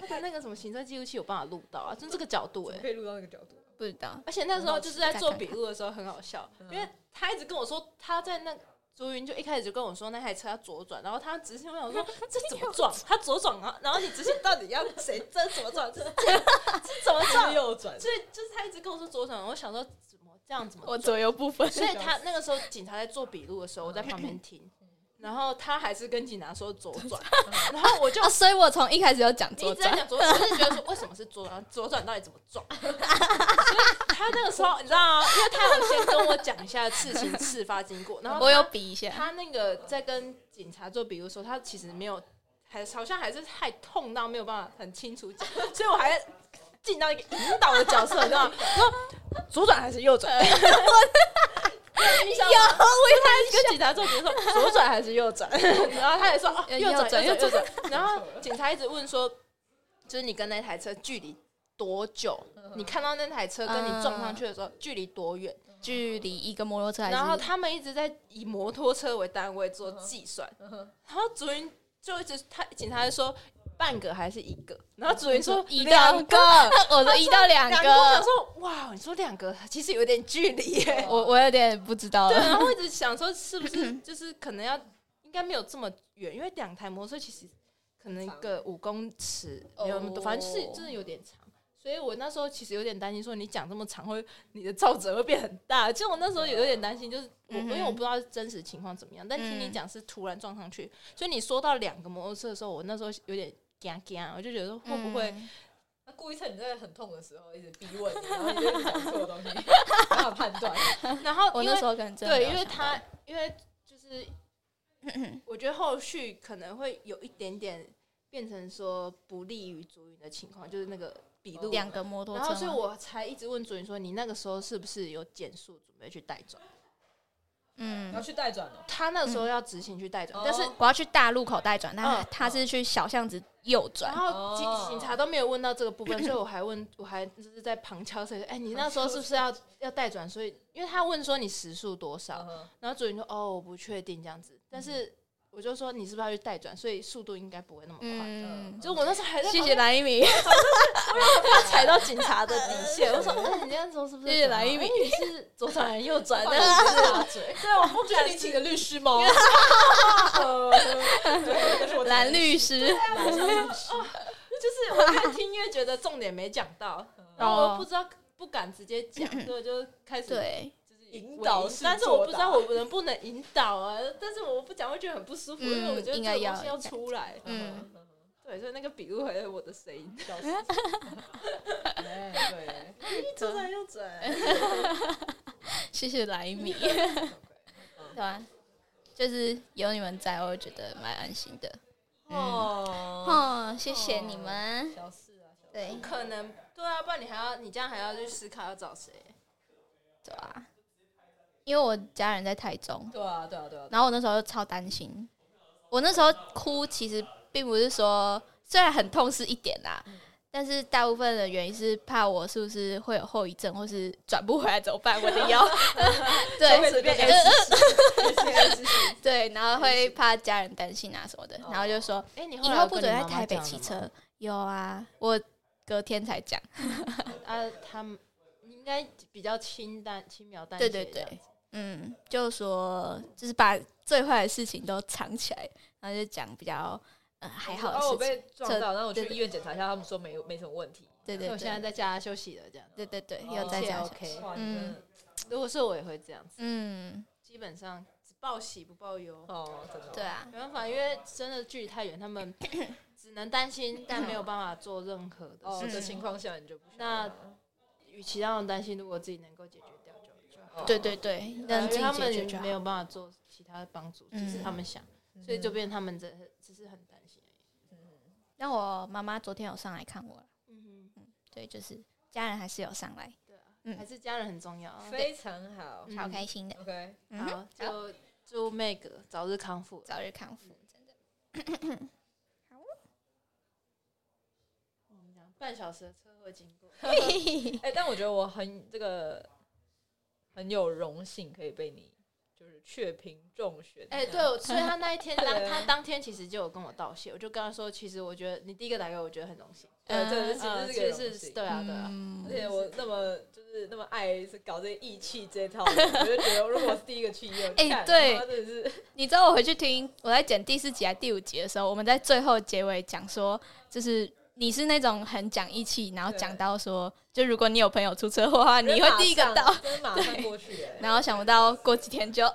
那个那个什么行车记录器有办法录到啊？就这个角度哎、可以录到那个角度。不知道，而且那时候就是在做笔录的时候很好笑，嗯因为他一直跟我说他在那朱云就一开始就跟我说那台车要左转，然后他直线我想说这怎么撞？他左转啊，然后你直线到底要谁？这怎么转？这这这怎么是撞？右转， 所以就是他一直跟我说左转，我想说怎么这样怎么我转？ 左右部分嗯所以他那个时候警察在做笔录的时候，我在旁边听。然后他还是跟警察说左转， 然后我就哦，所以我从一开始就讲一左直在转，讲左转，我就是觉得说为什么是左转，左转到底 怎么撞？所以他那个时候你知道吗？因为他有先跟我讲一下事情事发经过，然后我有他比一下，他那个在跟警察做笔录的时候，他其实没有，还好像还是太痛到没有办法很清楚讲，所以我还进到一个引导的角色，你知道吗？然后左转还是右 转？有， 我跟警察做笔录说 左转还是右转， 然后他也说 哦呃右右转转右右转右转，然 后警察一直问说，就是你跟那台车距离多久？你看到那台车跟你撞上去的时候距离多远？距离一个摩托车还是，然后他们一直在以摩托车为单位做计算，然后主云就一直他警察就说半个还是一个，然后主云说一到两个， 我说一到两两个，我想个，说哇，你说两个其实有点距离耶，我我有点不知道 对，了，然后我一直想说是不是嗯就是可能要应该没有这么远，因为两台摩托车其实可能一个五公尺没有那么多，哦反正就是真的有点长。所以我那时候其实有点担心，说你讲这么长会你的皱褶会变很大。就我那时候有点担心，就是我、嗯因哼为我不知道真实情况怎么样，但听你嗯讲是突然撞上去，所以你说到两个摩托车的时候，我那时候有点惊惊，我就觉得说会不会嗯那故意趁你在很痛的时候一直逼问你，然后你就一直讲错东西，没办法判断。然后嗯我因那为时候可能真的没对，有因为想嗯他到因为就是，我觉得后续可能会有一点点变成说不利于主云的情况，就是那个笔嗯录。两个摩托然车后，吗，所以我才一直问主云说：“你那个时候是不是有减速准备去带转然后嗯，去带转哦？”，他那个时候要执行去带转，嗯但是哦我要去大路口带转，但嗯他是去小巷子右然转，后警哦警察都没有问到这个部分，所以我还问，我还就是在旁敲侧击，哎，你那时候是不是要要带转？所以因为他问说你时速多少，嗯然后主任说：“哦，我不确定这样子。”但是我就说：“你是不是要去带转？所以速度应该不会那么快。嗯，就我那时候还在谢谢蓝一 鸣，踩到警察的底线， 我说：“哎，你那时候是不是谢谢蓝一因为 鸣你是左转还是右 转？”放但了是一只大嘴，对，我不这是敢你请的律师吗？ 蓝律师，啊就是我越听越觉得重点没讲到，然后我又不知道不敢直接讲，所以就开始对，就是引导式作答但是我不知道我能不能引导啊，但是我不讲会觉得很不舒服，嗯因为我觉得这应该个要东西要出来。嗯，对，所以那个笔录还是我的声音。笑死！哎，对，左转右转。谢谢蓝一 鸣，对啊，就是有你们在，我觉得蛮安心的，嗯，哦，哦，谢谢你们，小事啊，小事对不可能，对啊，不然你还要，你这样还要去思考要找谁？对啊，因为我家人在台中，对啊，对啊，对啊，然后我那时候就超担心，我那时候哭其实并不是说，虽然很痛是一点啦，但是大部分的原因是怕我是不是会有后遗症，或是转不回来怎么办？我的腰，对，对随便呃 S 型， 对，然后会怕家人担心啊什么的，哦然后就说哎、你以后不准在台北骑车。有啊，我隔天才讲，啊？他们你应该比较清淡、轻描淡对写。对对，嗯，就说就是把最坏的事情都藏起来，然后就讲比较呃还好的哦，我事情，被撞到，然后我去医院检查一下，他们说没有没什么问题。对所以对我现在对，在家休息了，这样。对对对，哦有在谢谢讲。 OK，哇，嗯你真的如果是我也会这样子，嗯，基本上只报喜不报忧。哦，真的哦对啊，没办法，因为真的距离太远，他们只能担心，但没有办法做任何的哦事。的情况下你就不需要那与其让人担心，如果自己能够解决掉就就好。对对对，能自因为他己解决就们没好。有办法做其他的帮助，只嗯是他们想，所以就变成他们只只是很担心而嗯已。那我妈妈昨天有上来看我了，嗯哼，对，就是家人还是有上来，对啊，嗯还是家人很重要啊。非常好。嗯超开心的。 OK，嗯哼好，就祝 Meg 早日康复。早日康 复， 真的。哦我们讲半小时的车会经过，哎，但我觉得我很这个很有荣幸可以被你就是确评中选。 哎，对， 我所以他那一天当对他当天其实就有跟我道谢，我就跟他说，其实我觉得你第一个打给我，我觉得很荣幸。呃，对，嗯嗯其实其是个实荣是幸对啊，对啊，嗯而且我那么就是那么爱是搞这些义气这一套， 我就觉得如果我是第一个去医院，哎看对他妈真的是 你知道我回去听我在剪第四集还是第五集的时候，我们在最后结尾讲说，就是你是那种很讲义气，然后讲到说，就如果你有朋友出车祸的话，你会第一 个啊到。，真马上过去哎。然后想不到过几天就，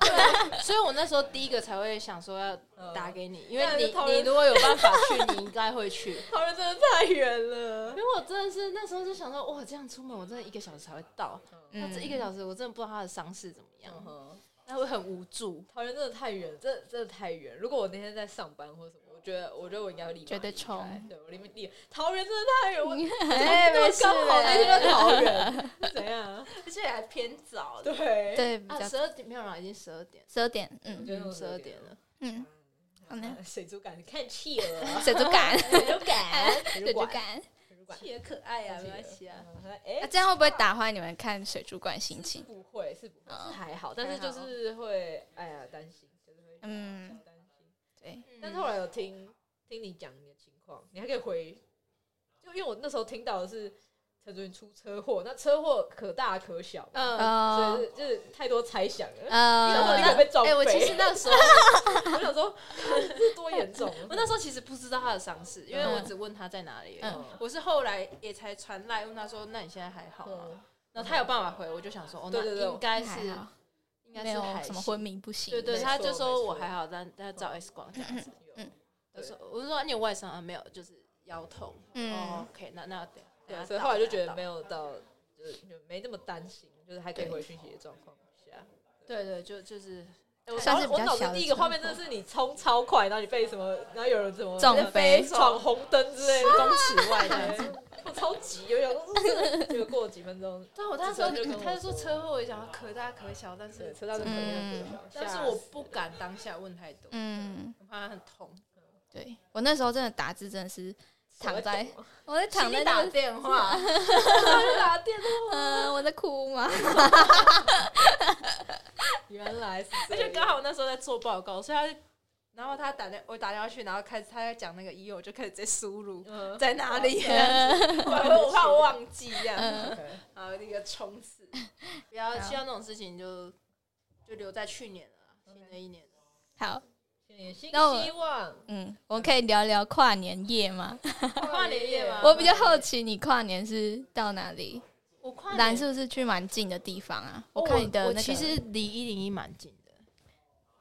所以我那时候第一个才会想说要嗯打给你，因对啊为你 就讨你论如果有办法去，你应该会去。桃园真的太远了 因，为我真的是那时候就想说，哇，这样出门我真的一个小时才会到，那嗯这一个小时我真的不知道他的伤势怎么嗯样，哼那会很无 助。桃园真的太远，真的真的太远。如果我那天在上班或什么，我觉得我觉得我应该会立马绝对离开冲。对我立立桃园真的太远，我 哎没事刚好那天在没事桃园，怎样？哎啊而且还偏早的，对，对，比啊，较十二点没有啦，已经十二点，十二点，嗯对嗯十二点了。 嗯，好呢，啊水族馆看企鹅啊，水族馆，水族馆，水族馆，水族馆，也可爱呀没关系啊。嗯那哎，这样会不会打坏你们看水族馆心是情？不会，是不会，嗯是还好，但是就是会，哎呀，担心，就是会，嗯小担心。对，嗯但是后来有听听你讲你的情况，你还可以回，就因为我那时候听到的是陈主任出车祸，那车祸可大可小，嗯，嗯，哦所，以就是太多猜想了。呃然后我你那可被撞哎，我其飞实那时候， 我想说，这多严重？ 嗯我 那时候其实不知道他的伤势，因为我只问他在哪里而已。嗯我是后来也才传来问他说：“那你现在还好吗嗯，？”然后他有办法回，我就想说：“哦，那对对对应该还是好嗯应该没是有还什么行昏迷不醒的，对对，没他错就说没错我还好，但但照 X 光这样子。嗯我对说我就说你有外伤啊？没有，就是腰痛。哦嗯， ，OK，那那等下等对，下所以到后来就等下觉得到没有到，就是就没那么担心，就是还可以对回讯息的状况下。对对，就就是哎我算是脑我比较脑小子的第一个画面真的是你冲超快，然后你被什么，然后有人怎么撞飞啊闯红灯之类的，公尺外这样子。 我超急，有点嗯结果过了几分钟，但我那时候就跟我嗯他就说车祸，我也想要可大可小，但对，是车道是可以嗯但是我不敢当下问太 多，嗯，我怕他很 痛。对我那时候真的打字真的是躺在，我在躺请在那你打个，电话， 打电话，呃嗯，我在哭 吗？ 原来 是这而样，且刚好我那时候在做报告，所以他就然后他打电我打电话去，然后开始他在讲那个医我就开始在输入嗯，在哪里，嗯 我怕我忘记这样。嗯 OK，然后那个冲刺，不要好希望那种事情就就留在去年了啦，新的一年啊了。 好，新新那我希 望，嗯，我们可以聊聊跨年夜吗？跨年夜吗我比较好奇你跨年是到哪里？我跨哦蓝是不是去蛮近的地方啊？我看你的那个其实离一零一蛮近的。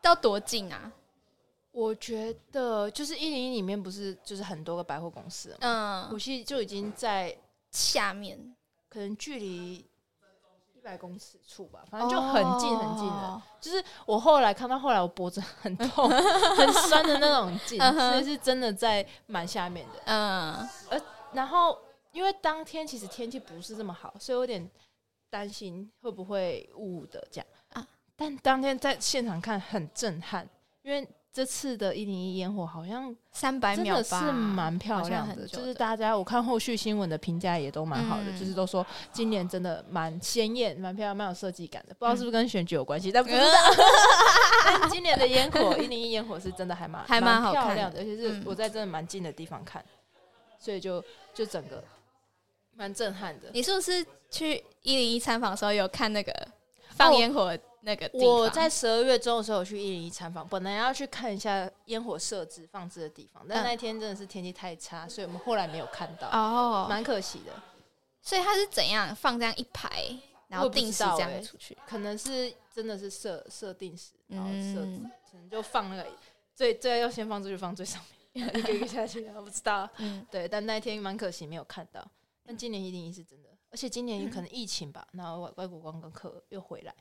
到多近啊？我觉得就是一零一里面不是就是很多个百货公司了吗？嗯我，其实就已经在下面可能距离一百公尺处吧，反正就很近很近的。哦。就是我后来看到后来我脖子 很痛、很酸的那种劲，嗯哼所以是真的在蛮下面的。嗯然后因为当天其实天气不是这么好，所以有点担心会不会雾雾的这样啊啊。但当天在现场看很震撼，因为这次的一零一烟火好像，三百真秒的吧，是蛮漂亮好像的，很久就的是大家我看后续新闻的评价也都蛮好的，嗯就是都说今年真的蛮鲜艳、蛮漂亮、蛮有设计感的，不知道是不是跟选举有关系，但不知 道。但今年的烟火一零一烟火是真的 还蛮还蛮好看的漂亮的，而且是嗯我在真的蛮近的地方看，所以就就整个蛮震撼的。你是不是去一零一参访的时候有看那个放烟火那个地方？哦我在十二月中的时候有去一零一参访，本来要去看一下烟火设置放置的地方，但嗯那一天真的是天气太差，所以我们后来没有看到，哦，蛮可惜的。所以它是怎样放这样一排，然后定时这我也样不知出去？可能是真的是设设定时，然后设、嗯可能就放那个最最要先放出去，放最上面， 一个一个下去，啊我不知道。嗯，对，但那一天蛮可惜没有看到。但今年一定一是真的，而且今年有可能疫情吧，然后外外国观光客又回来，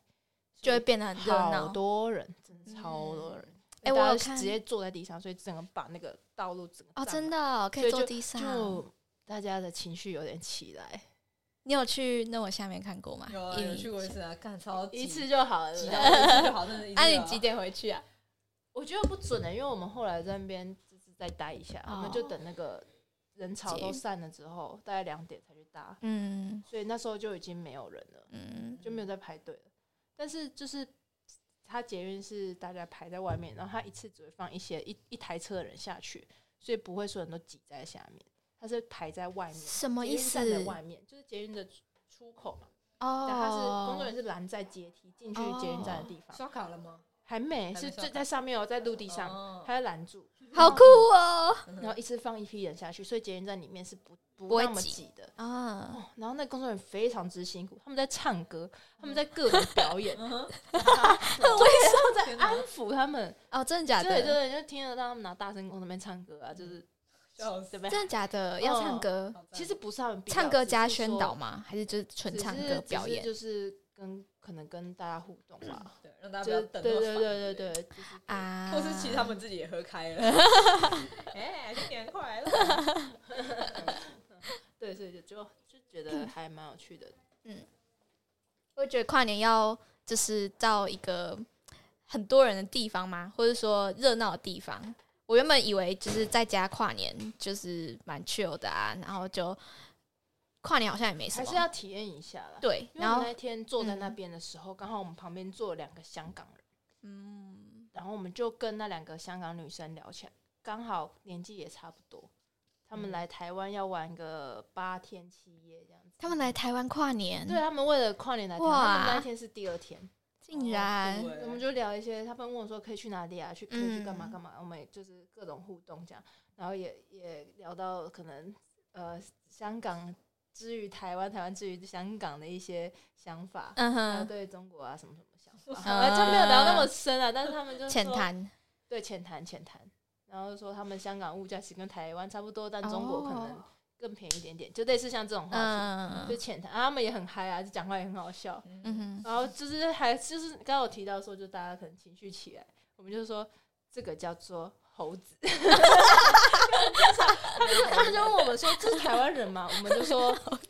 就会所变得很以热好闹。嗯多人，真的超多人。哎大家我有看直接坐在地上，所以整个把那个道路整个哦，占真满的啊哦、可所以以坐地上。就大家的情绪有点起来，你有去那我下面看过吗？有 啊101有去过一次啊，看超级一次就好了。挤到一次就好，真的一次就 啊，好。你几点回去啊？我觉得不准欸的、因为我们后来在那边就是再待一下，哦我们就等那个人潮都散了之后，大概两点才去搭，嗯所以那时候就已经没有人了，嗯，就没有在排队了。但是就是他捷运是大家排在外面，然后他一次只会放一些一一台车的人下去，所以不会所有人都挤在下面，他是排在外面，什么捷意运思站？的外面就是捷运的出口嘛，哦，但他是工作人员是拦在阶梯进去捷运站的地方。哦刷卡了吗？还还没没，是上就在上面哦，在陆地上，哦它要拦住，嗯好酷哦！然后一次放一批人下去，所以捷运站里面是不不不会那么挤挤的。 啊，哦，然后那工作人员非常之辛苦，他们在唱歌，他们在各种 表演，嗯哼 我也是在天哪安抚他们。哦，真的假嗯对的？对，就听得到他们拿大声公那边唱歌啊，就是笑死怎么样？真的假的？要唱歌，其实不是他们必要唱歌加只是宣说导吗？还是就是纯只唱是歌表只是演就是跟可能跟大家互动吧，对嗯让大家不就要是等对那么对烦对对，对，就是啊？或是其实他们自己也喝开 了，哎，新年快乐！对，所以就就就觉得还蛮有 趣的。会觉得跨年要就是到一个很多人的地方吗？或者说热闹的地方？我原本以为就是在家跨年就是蛮 chill 的啊，然后就跨年好像也没什还么，是要体验一下啦。对，因为然我后们那天坐在那边的时候，刚好我们旁边坐了两个香港人，嗯，然后我们就跟那两个香港女生聊起来，刚好年纪也差不多，他们嗯来台湾要玩个八天七夜这样子。他们来台湾跨年，对，他啊们为了跨年来台湾，哇他们那一天是第二天，竟然哦酷欸我们就聊一些，他们问我说可以去哪里啊，去可以去干嘛嗯干嘛，我们也就是各种互动这样，然后也也聊到可能呃香港之于台湾，台湾之于香港的一些想法，嗯还有哼，对中国啊什么什么想 法，嗯呃就没有聊那么深啊，但是他们就说浅，谈，对浅谈浅谈，然后就说他们香港物价其实跟台湾差不多，但中国可能哦更便宜一点点，就类似像这种话题，就嗯浅谈、啊，他们也很嗨啊，就讲话也很好笑。嗯哼，然后就是还就是刚刚有提到说，就大家可能情绪起来，我们就说这个叫做猴子。 他们就他们就问我们说这是台湾人吗？我们就说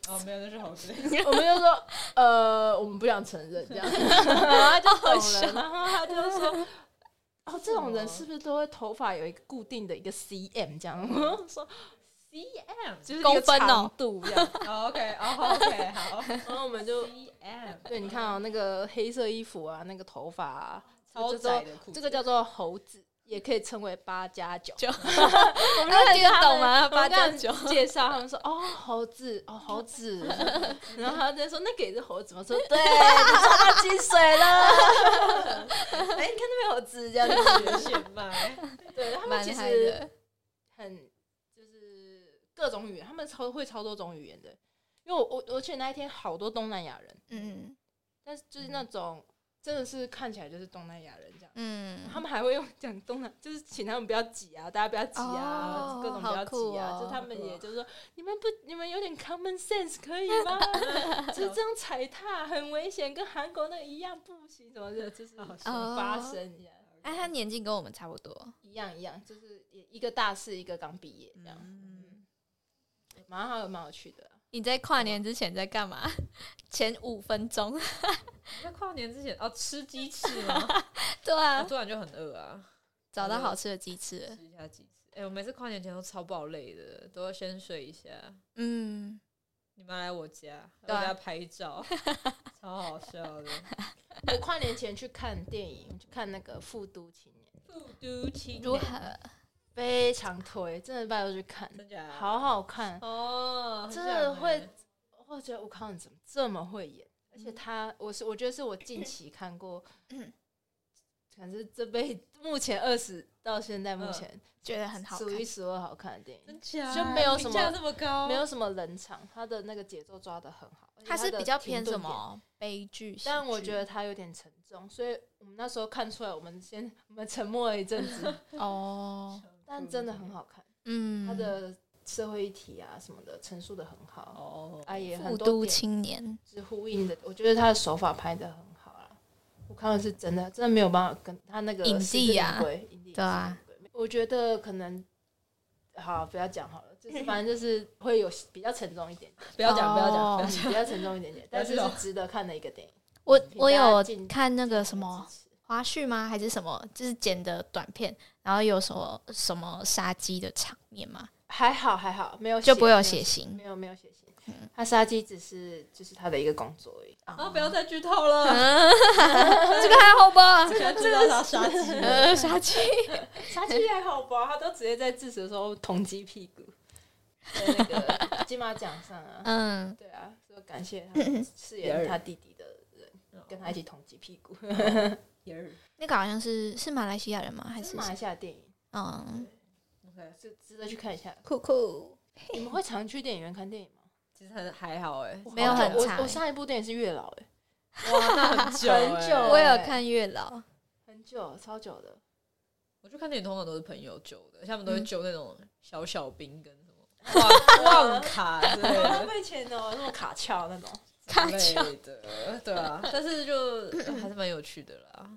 哦，没有，那是猴 子。我们就说呃，我们不想承认 这样，然后他就好懂笑了，然后他就说。哦，这种人是不是都会头发有一个固定的一个 cm 这样？我 就说 CM，就是一公个分哦长度这样，哦 OK，哦 OK，好然后 我们就，CM，对你看啊、那个黑色衣服啊，那个头发啊，超这窄都的裤子，这 个叫做猴子，也可以称为八加九。 我们就哦听得觉得懂吗？我八们加这九样介绍，他们说哦猴子，哦猴子， 然后他在说那个也是猴子吗？我说 对，你抓到金水了。 哎，你看那边猴子 这样子，的血脉，对他们蛮其嗨实的，很就是各种语言，他们超会超多种语言的。因为我我我去那一天好多东南亚人，嗯但是就是那种真的是看起来就是东南亚人这样。嗯，他们还会用讲东南，就是请他们不要挤啊，大家不要挤啊，哦各种不要挤啊，好酷哦就是他们好酷也哦就是说，你们不，你们有点 common sense 可以吗？ 就是这样踩踏很危险，跟韩国那个一样不行，什么的，就是好笑哦发生一样，哎，他年纪跟我们差不多，一样一样，就是也一个大四，一个刚毕业这样，嗯蛮好，蛮有趣的。你在跨年之前在干嘛？ 前五分钟，在跨年之前哦，吃鸡翅 吗？对我啊，突然就很饿啊，找到好吃的鸡呃翅了，吃一下鸡翅。哎，我每次跨年前都超爆累的，都要先睡一下。嗯，你们来我家，来对啊我家拍照， 超好笑的。我跨年前去看电影，去看那个《复都青年》，复读青如何？非常推，真的拜托去看，真假？好好看。哦，真的会，我觉得吴康仁怎么哦这么会演？而嗯且他，我是我觉得是我近期看过，可能是这辈目前二十到现在目前觉得很嗯好看哦数，一数二好看的电影，真假就没有什评么价这么高，没有什么冷场，他的那个节奏抓的很好。而且它是的比较偏停什顿点？么悲剧喜剧？但我觉得他有点沉重，所以我们那时候看出来，我们先我们沉默了一阵 子，哦，但真的很好看，嗯，他的社会议题啊什么的陈述的很好，哦。啊也复很多都点青年，是呼应嗯的，我觉得他的手法拍的很好啦。我看的是真的，真的没有办法跟他那个影帝啊狮子女鬼影帝对啊，狮子女鬼我觉得可能好不要讲好了，就是反正就是会有比较沉重一 点，不要讲，不要哦讲，不要 嗯比较沉重 一点点，但是不要是讲值得看的一个电影。我请我大家有进看那个什进来么支持花絮吗？还是什么？就是剪的短片，然后有什么什么杀鸡的场面 吗？还好还好，没有就不会有没血嗯有腥没有没有血腥，他杀鸡只是就是他的一个工作而已。啊！不要再剧透了，嗯，这个还好吧我？ 现在知道他杀鸡了。呃，杀鸡， 杀鸡还好吧，他都直接在致死的时候捅鸡屁股，在那个金马奖上啊。 嗯，对啊，嗯所以感谢他饰演他弟弟的人，跟他一起捅鸡屁股。 第二那个好像是是马来西亚人吗？还这是是马来西亚电影，嗯， ，OK，是值得去看一下。酷酷，你们会常去电影院看电影吗？其实还还好哎、没有很我常我上一部电影是《月老》哎，哇，那很久、欸、很久我有看月老，很久，超久 的。我去看电影通常都是朋友揪的，他们都会揪那种小小兵跟什么旺旺卡之类的 费钱的，哦那种卡翘那种。卡之类的，对啊，但是就还是蛮有趣的啦。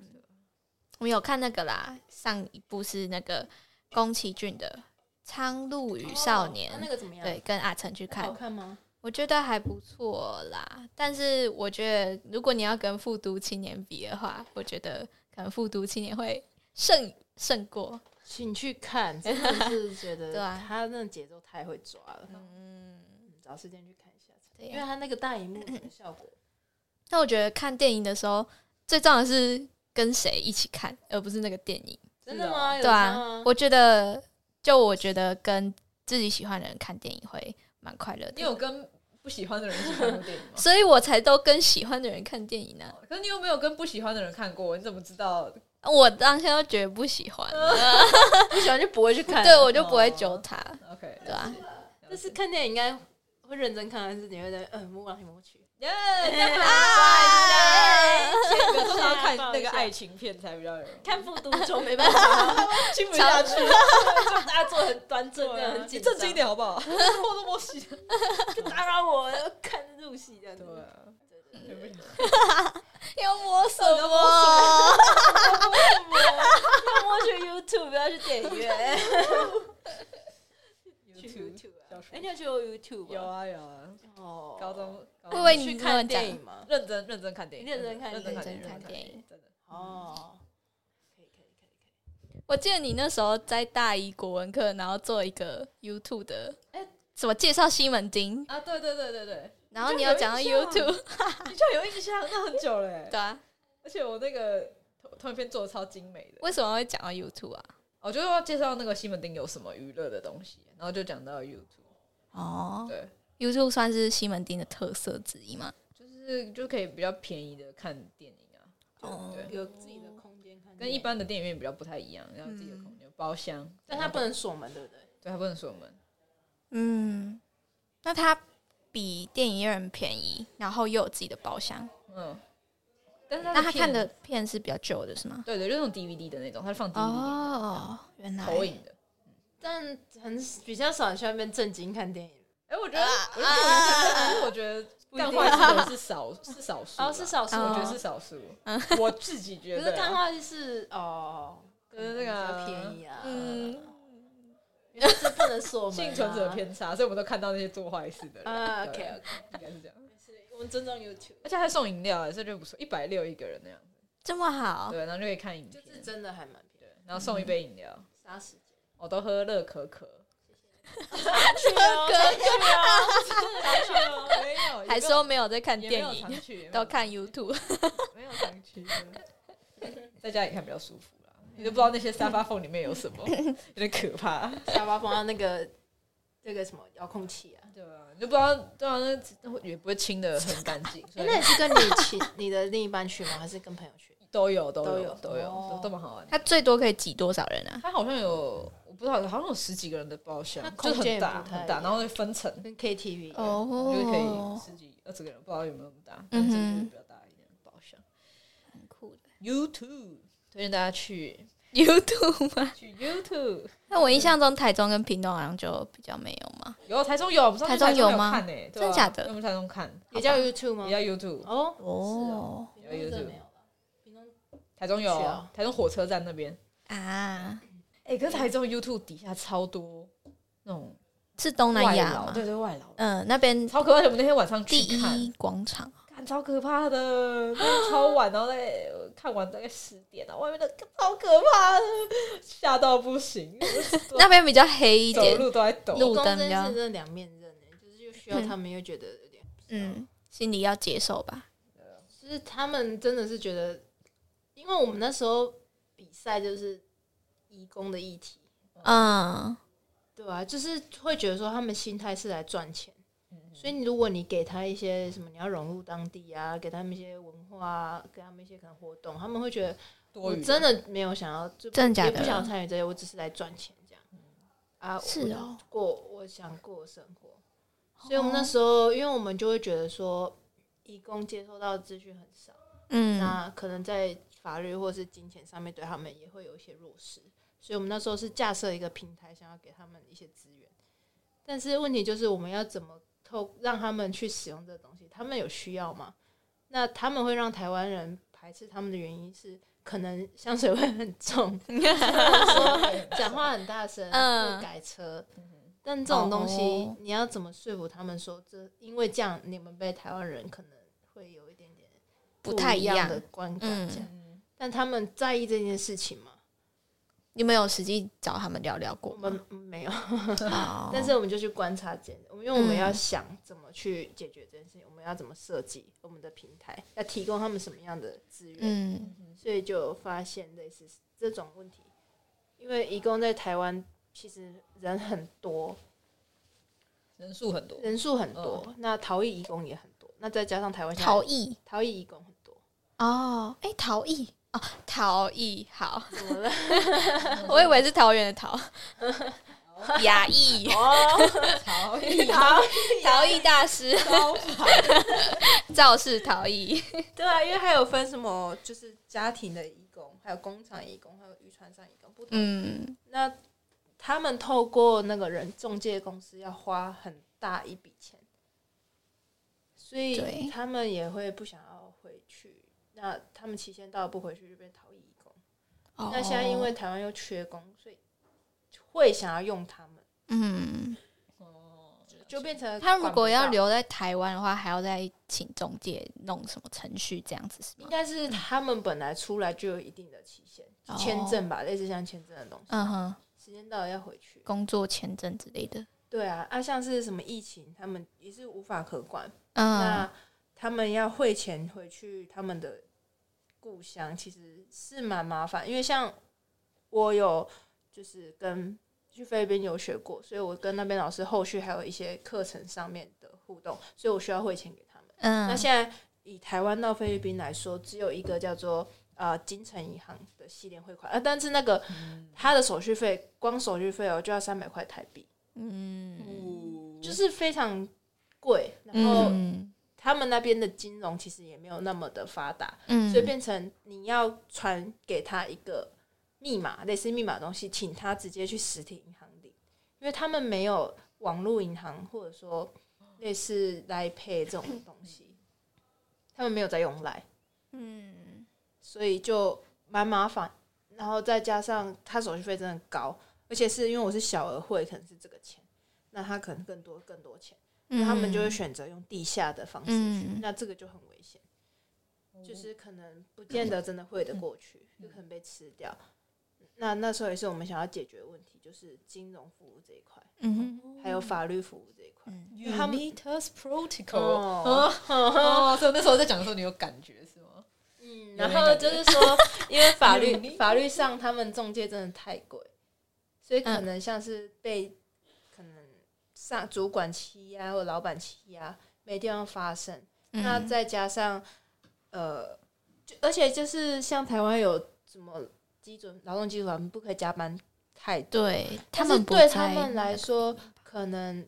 我们有看那个啦，上一部是那个宫崎骏的《苍鹭与少年哦那》，个怎么样？对，，跟阿成去看好，看吗？我觉得还不错啦。但是我觉得，如果你要跟复读青年比的话，我觉得可能复读青年会胜胜过。请去 看，真的是觉得对啊他那节奏太会抓了，嗯，找时间去看一下，对因为呀。他那个大荧幕嗯的效果。那我觉得看电影的时候，最重要的是跟谁一起看，而不是那个电影。真的吗？有对差啊吗，我觉得，就我觉得跟自己喜欢的人看电影会蛮快乐你有的，跟不喜欢的人一起看过电影吗？所以我才都跟喜欢的人看电影呢、可是你有没有跟不喜欢的人看过？你怎么知道？我当下都觉得不 喜欢，不喜欢就不会去 看。哦对我就不会揪他， OK，对啊吧、但是看电影应该会认真看，但是你会在嗯摸来摸 去。耶，干嘛啊？我通常看那个爱情片才比较有，看复读中没办法，听不下去，就大家坐得很端正，这样很你紧正经一张，点好不好？我都没洗。就打扰我要看入戏这样子。对不起要摸什要么？要摸去 YouTube，不要去电影 院。去 YouTube YouTube 小啊说哎，你有去过 YouTube 吗有？啊有啊，哦，高中高中会不会你你去跟我讲看电影吗？认真认真看电影，认真看认真看电影电影，认真看电影真的。哦，可以可以可以可以。我记得你那时候在大一国文课，然后做一个 YouTube 的，哎什么介绍西门町，啊，对对对对对，然后你有讲到你就有印象啊 YouTube，你居然有印象，那很久了欸对。啊？而且我那个投投影片做的超精美的，为什么会讲到 YouTube 啊？我哦就要介绍那个西门町有什么娱乐的东西，然后就讲到 YouTube，哦对， ，YouTube 算是西门町的特色之一嘛？就是就可以比较便宜的看电影啊，哦对，有自己的空间看，跟一，般的电影院比较不太一样，然后自己的空间包厢，但它不能锁门，对不对？对它不能锁门，嗯，那它比电影院便宜，然后又有自己的包厢，嗯，但是那它他片看的片是比较旧的，是吗？对对，就是那种 DVD 的那种，它是放 DVD 哦，原来哎投影的。但很比较少人去那边正经看电影，哎，我觉得，我觉得可啊是我觉得干坏事的人是少是少数啦，少嗯数我哦觉得是少数，我自己觉可得是啊看话就是哦，就是那个啊比较便宜啊，嗯，嗯，是不能锁门啊，幸存者偏差，所以我们都看到那些做坏事的人。啊对，OK，OK 应该是这样。我们尊重 YouTube，而且还送饮料，这就不错，一百六一个人那样。这么好，对，然后就可以看影就片，是真的还蛮便宜，然后送一杯饮料。杀时间，我都喝乐可可，啊去哦，啊去哦，没有，还说没有在看 也没电有影，常去，都看 YouTube。没有常去，在家里看比较舒服啦。你都不知道那些沙发缝里面有什么，有点可怕。下巴放到那个那个什么遥控器啊。对啊，你就不知道，对啊，那也不会清的很干净，所哎以那你是跟你亲 你的另一半去吗？还是跟朋友去？都有都都有有都有，哦都都蛮好玩的。他最多可以挤多少人啊？它好像有，我不知道，好像有十几个人的包厢它，就空很间也大不太很大，一样然后会分层，跟 KTV 一样哦就是可以十几二十个人，不知道有没有那么大，但嗯是哼就是比较大一点的包厢。很酷的 YouTube 推荐大家去 YouTube 吗？去 YouTube， 那我印象中台中跟屏东好像就比较没有嘛。有台中有，我们上次台中台中有吗看呢，对啊真假的我们台中看，也叫 YouTube 吗也？叫 YouTube，哦，哦屏东这没有了，屏东台中有去啊，台中火车站那边。啊，哎，可是台中 YouTube 底下超多那种是东南外亚劳，吗？对对外劳，嗯，那边超可怕！而且我们那天晚上第去看，一广场，看超可怕的，那个超晚，然后在看完大概十点啊，外面的超可怕的，吓到不行， 我那边比较黑一走点。路都在抖。路灯屏东真比较是真的两面刃诶，就是又需要他们，又觉得有点，嗯，心里要接受吧。就是他们真的是觉得，因为我们那时候比赛就是义工的议题，嗯，对啊，就是会觉得说他们心态是来赚钱。嗯所以，如果你给他一些什么，你要融入当地啊，给他们一些文化啊，给他们一些可能活动，他们会觉得多我余，真的没有想要，就真的假也的不想参与这些，我只是来赚钱这样。啊，是哦，过我想过生活，所以我们那时候，因为我们就会觉得说，义工接收到的资讯很少，嗯，那可能在法律或是金钱上面对他们也会有一些弱势，所以我们那时候是架设一个平台，想要给他们一些资源。但是问题就是，我们要怎么透让他们去使用这个东西？他们有需要吗？那他们会让台湾人排斥他们的原因是，可能香水味很 重，讲话很大声，嗯会改车。但这种东西哦，你要怎么说服他们说这？因为这样，你们被台湾人可能会有一点点不太一一样的观感嗯这样。但他们在意这件事情吗？ 你们有实际找他们聊聊我过吗？们没有，哦但是我们就去观察这件，我们因为我们要想怎么去解决这件事情，我们要怎么设计我们的平台，要提供他们什么样的资源，嗯所以就有发现类似这种问题。因为义工在台湾其实人很多，人数很多，人数很多，那逃逸义工也很多，那再加上台湾现在陶艺逃逸义工很多，哦，哎、陶艺哦，陶艺好，怎么 了？我以为是桃园的 桃，雅 艺哦， 好，逃陶艺大师， 赵氏陶艺，对啊，因为还有分什么，就是家庭的义工，还有工厂义工，还有渔船上义工，不同。嗯，那他们透过那个人中介公司要花很大一笔钱，所对以他们也会不想要回去。那他们期限到了不回去就变逃逸义工。哦那现在因为台湾又缺工，所以会想要用他们，嗯，哦就变成他如管果不要到，留在台湾的话，还要再请中介弄什么程序这样子是应吗？该是他们本来出来就有一定的期限，哦签证吧，类似像签证的东西，嗯哼，时间到了要回去。工作签证之类的，对啊，啊，像是什么疫情，他们也是无法可管。嗯，那他们要汇钱回去他们的故乡，其实是蛮麻烦。因为像我有就是跟去菲律宾游学过，所以我跟那边老师后续还有一些课程上面的互动，所以我需要汇钱给他们。嗯，那现在以台湾到菲律宾来说，只有一个叫做呃金城银行的系列汇款，啊，但是那个嗯它的手续费，光手续费哦就要三百块台币，嗯，就是非常贵。然后嗯他们那边的金融其实也没有那么的发达，嗯，所以变成你要传给他一个密码，类似密码的东西，请他直接去实体银行领，因为他们没有网络银行或者说类似来 pay 这种东西， 他们没有在用来，嗯，所以就蛮麻烦。然后再加上他手续费真的很高，而且是因为我是小额汇，可能是这个钱，那他可能更多更多钱，那他们就会选择用地下的方式去，嗯那这个就很危险。嗯哦就是可能不见得真的会得过去，有可能被吃掉。嗯那那时候也是我们想要解决的问题，就是金融服务这一块，嗯哼还有法律服务这一块。嗯因为他 You 们 need us protocol。哦，哦，所以那时候在讲的时候，你有感觉是吗？嗯，有点然后感就觉是说，因为法律 You- 法律上他们中介真的太贵，所以可能像是被可能上主管欺压或老板欺压，没地方发声。嗯，那再加上呃，就而且就是像台湾有什么基准劳动基准法，不可以加班太多。对他但们是不对在他们来说，可能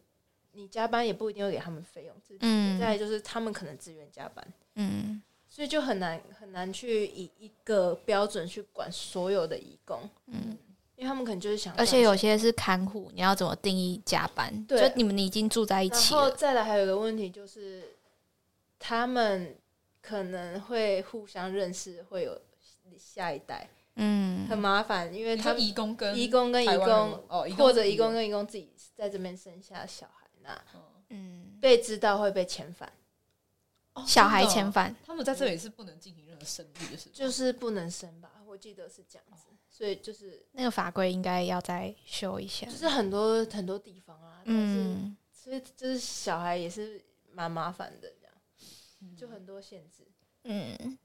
你加班也不一定会给他们费用。这嗯再来就是他们可能自愿加班，嗯所以就很难很难去以一个标准去管所有的义工，嗯，因为他们可能就是想而赚钱，且有些是看护，你要怎么定义加班？对就你们已经住在一然起后了，再来还有一个问题就是，他们可能会互相认识，会有下一代。嗯，很麻烦，因为你他说移工跟移工跟移台湾人吗工，嗯哦，或者移工跟移工自己在这边生下小孩，那嗯，被知道会被遣返，哦小孩真的哦遣返，他们在这里是不能进行任何生育的事，就是是不能生吧？我记得是这样子，所以就是那个法规应该要再修一下就。是很多很多地方啊，但是嗯，所以就是小孩也是蛮麻烦的，这样就很多限制， 嗯，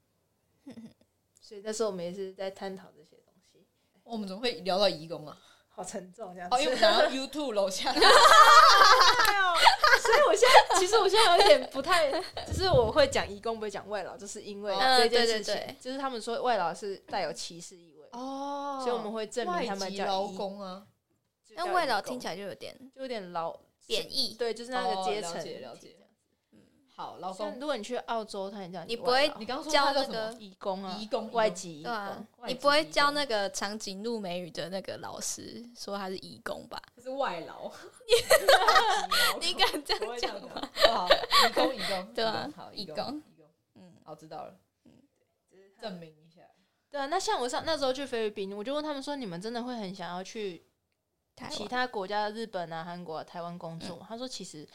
所以那时候我们也是在探讨这些东西。我们怎么会聊到移工啊？好沉重这样子。哦，因为我们讲到 YouTube 楼下，所以我现在其实我现在有一点不 太，就是我会讲移工不会讲外劳，就是因为哦嗯这件事情，对对对就是他们说外劳是带有歧视意味，哦所以我们会证明他们外籍叫劳移，工啊，那外劳听起来来就有点就有点劳贬义，对，就是那个阶层、哦了解了解。好，劳像工，如果你去澳洲，他也叫你不外会劳你刚刚说教他叫那什么？个移工啊，移工外籍移对啊工，，你不会教那个长颈鹿美语的那个老师说他是义工吧？是外劳，你敢这不样会这讲样吗？讲好，移工移工，对移啊工好，移移工工移工，嗯，好，知道了，证明一下，对啊，那像我上那时候去菲律宾，我就问他们说，你们真的会很想要去台其湾他国家，日本啊、韩国、啊、台湾工嗯作吗？他说其实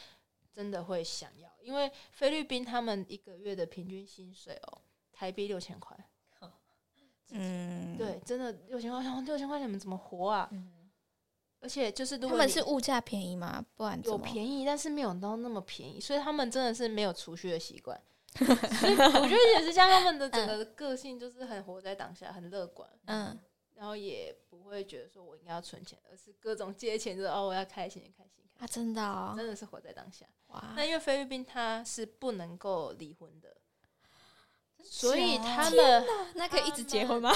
真的会想要，因为菲律宾他们一个月的平均薪水哦，台币六千块，嗯，对，真的六千块，我想说六千块你们怎么活啊？嗯，而且就是如他果们你是物价便宜吗？不然怎有么便宜，但是没有到那么便宜，所以他们真的是没有储蓄的习 惯。所以我觉得也是像他们的整个个性就是很活在当下，很乐观，嗯，然后也不会觉得说我应该要存钱，而是各种借钱就是哦我要开心开心开啊，真的心，哦，啊真的是活在当下。哇那，因为菲律宾它是不能够离婚的，所假以他天们那可以一直结婚吗？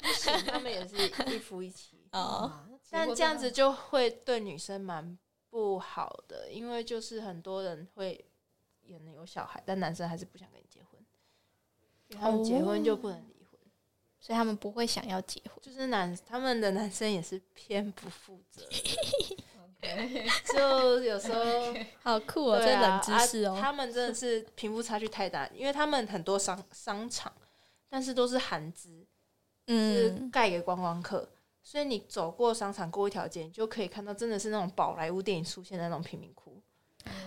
不行，他们也是一夫一妻。哦，哇，那嗯结但果这样真子的就会对女生蛮不好的，因为就是很多人会也能有小孩，但男生还是不想跟你结婚，因哦为他们结婚就不能离婚，哦所以他们不会想要结婚。 就是男他们的男生也是偏不负责任， OK 就有时候好酷对哦，这啊冷知识啊哦。他们真的是贫富差距太大，因为他们很多商商场，但是都是韩资，是嗯，盖给观光客。所以你走过商场过一条街，你就可以看到真的是那种宝莱坞电影出现的那种贫民窟，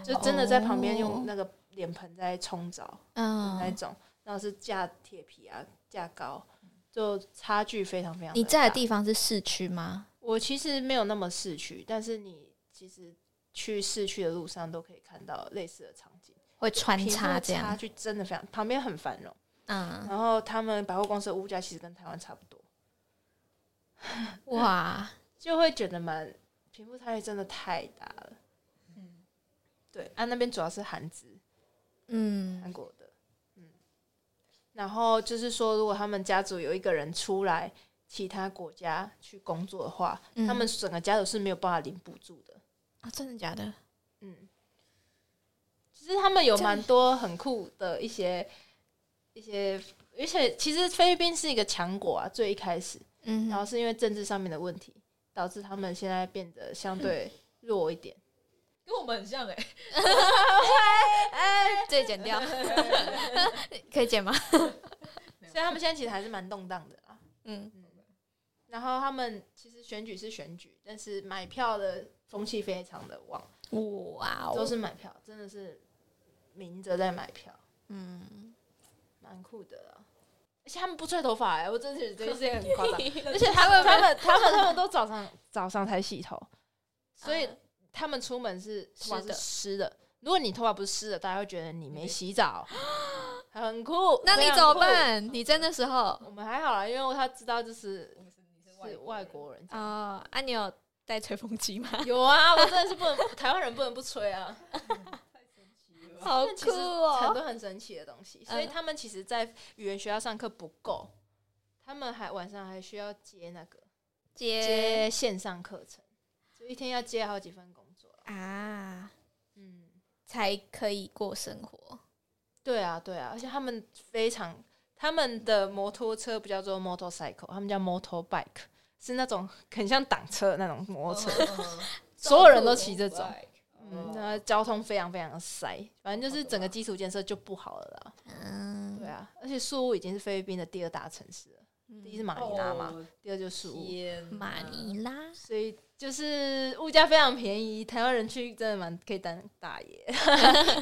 就真的在旁边用那个脸盆在冲澡、那哦一嗯，种，然后是架铁皮啊、架高，就差距非常非常。你在的，地方是市区吗？我其实没有那么市区，但是你其实去市区的路上都可以看到类似的场景，会穿贫富插这差样？距真的非常，旁边很繁荣。嗯，然后他们百货公司的物价其实跟台湾差不多，哇，就会觉得蛮贫富差距真的太大了。嗯对，啊，那边主要是韩资，韩嗯，国的，嗯。然后就是说，如果他们家族有一个人出来其他国家去工作的话，嗯他们整个家族是没有办法领补助的。啊，真的假的？嗯，其实他们有这样蛮多很酷的一些一些，而且其实菲律宾是一个强国啊，最一开始，嗯，然后是因为政治上面的问题，导致他们现在变得相对弱一点。跟我们很像哎，哎，这剪 掉，可以剪吗？所以他们现在其实还是蛮动荡的啦。嗯，然后他们其实选举是选举，但是买票的风气非常的旺，哇都哦，是买票，真的是明着在买票，嗯，蛮酷的啦。而且他们不吹头发哎、我真的觉得这件事情很夸张。而 而且他们他们他们他们都早上早上才洗头，所以嗯他们出门是湿头发是的湿的。如果你头发不是湿的，大家会觉得你没 洗澡，很酷。那你非常怎么酷？办？你在那时候 我们还好啦，因为他知道就是我们是你是是外外国人，国人，啊，啊，你有带吹风机吗？有啊，我真的是不能，台湾人不能不吹 啊，好其酷实很哦！多很神奇的东西，所以嗯他们其实，在语言学校上课不够，他们还晚上还需要接那个接接线上课程，就一天要接好几份工作啦啊，嗯，才可以过生活。对啊，对啊，而且他们非常，他们的摩托车不叫做 motorcycle，他们叫 motorbike，是那种很像挡车的那种摩托嗯车，所有人都骑这种。嗯，那交通非常非常的塞，反正就是整个基础建设就不好了啦。嗯，对啊，而且宿务已经是菲律宾的第二大城市了，第一是马尼拉嘛，第二哦就是宿务，哦天哪，嗯马尼拉，所以就是物价非常便宜，台湾人去真的蛮可以当大 爷，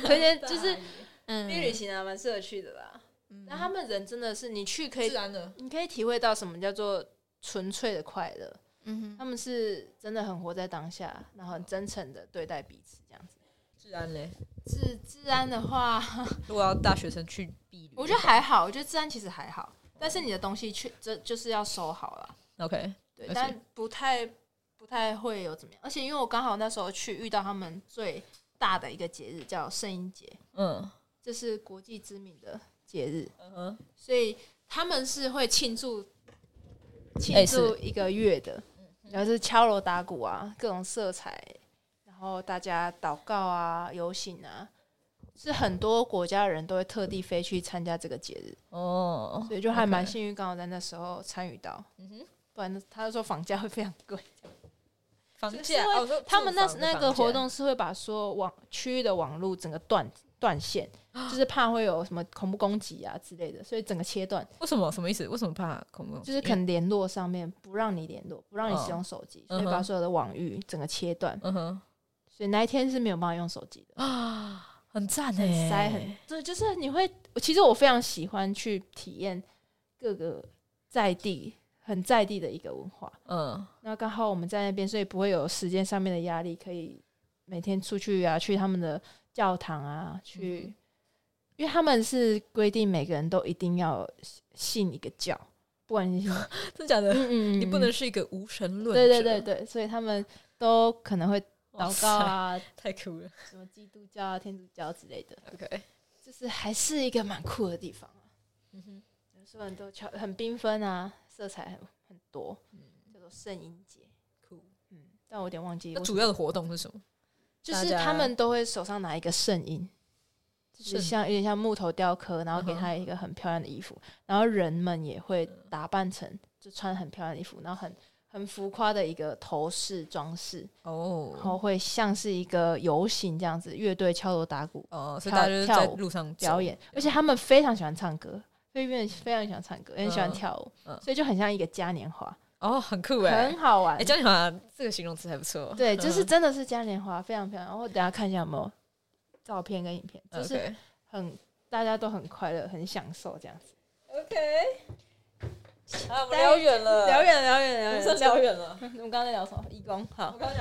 推荐就是嗯去旅行啊，蛮适合去的啦。那他们人真的是你去可以自，然的，你可以体会到什么叫做纯粹的快乐，嗯他哼，们是真的很活在当下，然后很真诚的对待彼此这样子。自然嘞。治治安的话。如果要大学生去避旅，我觉得还好，我觉得治安其实还好，但是你的东西确这就是要收好了， OK，对而，且但不太太会有怎么样。而且因为我刚好那时候去遇到他们最大的一个节日叫圣婴节，嗯这是国际知名的节日，嗯哼，所以他们是会庆祝庆哎祝是嗯一个月的，然后是敲锣打鼓啊，各种色彩，然后大家祷告啊、游行啊，是很多国家的人都会特地飞去参加这个节日，哦，所以就还蛮 OK 幸运，刚好在那时候参与到，嗯哼，不然他就说房价会非常 贵。房是价因为哦我说他们那住房的那个房价活动是会把所有网区域的网络整个断断线，就是怕会有什么恐怖攻击啊之类的，所以整个切断，为什么什么意思？为什么怕恐怖？就是可能联络上面不让你联络，不让你使用手机，嗯所以嗯把哼所有的网域整个切断，嗯哼所以那一天是没有办法用手机的，啊，很赞很欸哎，塞很，对，就是你会，其实我非常喜欢去体验各个在地很在地的一个文化，嗯那刚好我们在那边，所以不会有时间上面的压力，可以每天出去啊，去他们的教堂啊，去，嗯因为他们是规定每个人都一定要信一个教，不管你信，嗯真的假的？嗯嗯你不能是一个无神论对者，对对对，所以他们都可能会哇祷塞告，啊，太酷了。什么基督教啊、天主教之类的， OK，就是还是一个蛮酷的地方啊。嗯哼，所有人都巧很缤纷啊，色彩很很多，嗯叫做圣婴节。酷。嗯，但我有点忘记那我主要的活动是什么？就是大家他们都会手上拿一个圣印，就是圣像有点像木头雕刻，然后给嗯哼他一个很漂亮的衣服，然后人们也会打扮成就穿很漂亮的衣服，然后很很浮夸的一个头饰装饰，然哦后会像是一个游行这样子，乐队敲锣打鼓哦，所以跳大家就是跳在舞路上走表演，而且他们非常喜欢唱歌。菲律宾人非常喜欢唱歌，也很喜欢嗯跳舞，嗯所以就很像一个嘉年华，哦，很酷哎很。好玩。哎，江景华这个形容词还不错。对，就是嗯真的是嘉年华，非常漂亮。我等一下看一下有没有照片跟影片，就是，OK 很大家都很快乐，很享受这样子。啊，我们聊远了，聊远了，聊远了，聊远了。聊远了。 我们刚刚在聊什么？义工。好，刚讲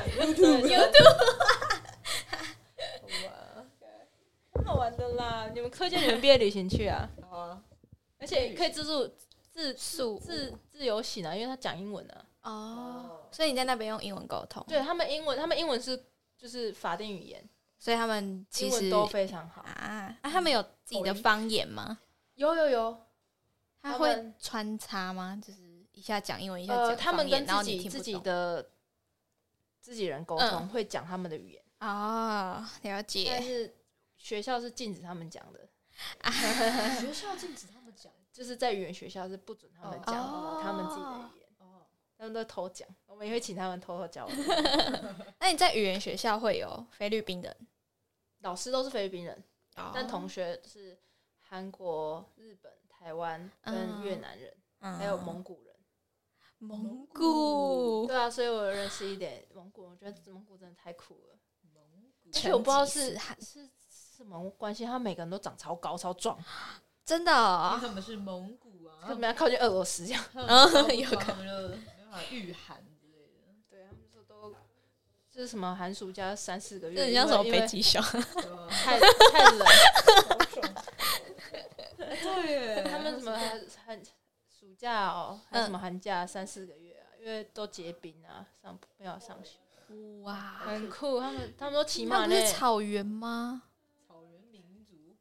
好玩的啦！你们推荐你们毕业旅行去啊，好啊， 而且可以自助自素自自由行啊，因为他讲英文啊。哦，啊所以你在那边用英文沟通，对他们英文，他们英文是就是法定语言，所以他们其英实文都非常好。啊，那他们有自己的方言吗？有有有，他他会们穿插吗？就是一下讲英文，一下呃，讲他们方言跟然后自你己听不自己懂的自己人沟通，嗯会讲他们的语言，哦，了解但。是学校是禁止他们讲的。学校禁止他们讲就是在语言学校是不准他们讲哦他们自己的语言，哦，他们都偷讲，我们也会请他们偷偷教我们。那你在语言学校会有菲律宾人，老师都是菲律宾人，但哦同学是韩国、日本、台湾跟越南人，还有蒙古人。嗯蒙古对啊，所以我认识一点蒙古人，我觉得蒙古真的太酷了。成而且我不知道吉是思汗是什么关系，他们每个人都长超高、超壮，真的因为哦他们是蒙古啊，他们要靠近俄罗斯这样。 嗯有可能就没办法御寒之类的。对，他们说都就是什么寒暑假三四个月，这很像什么因为北极熊？啊太 太冷。哦 对耶，他们什么寒暑假哦，还有嗯什么寒假三四个月啊，因为都结冰啊，上没有上学，哇，很酷。他们他们都骑那马不呢，是草原吗？草原民族，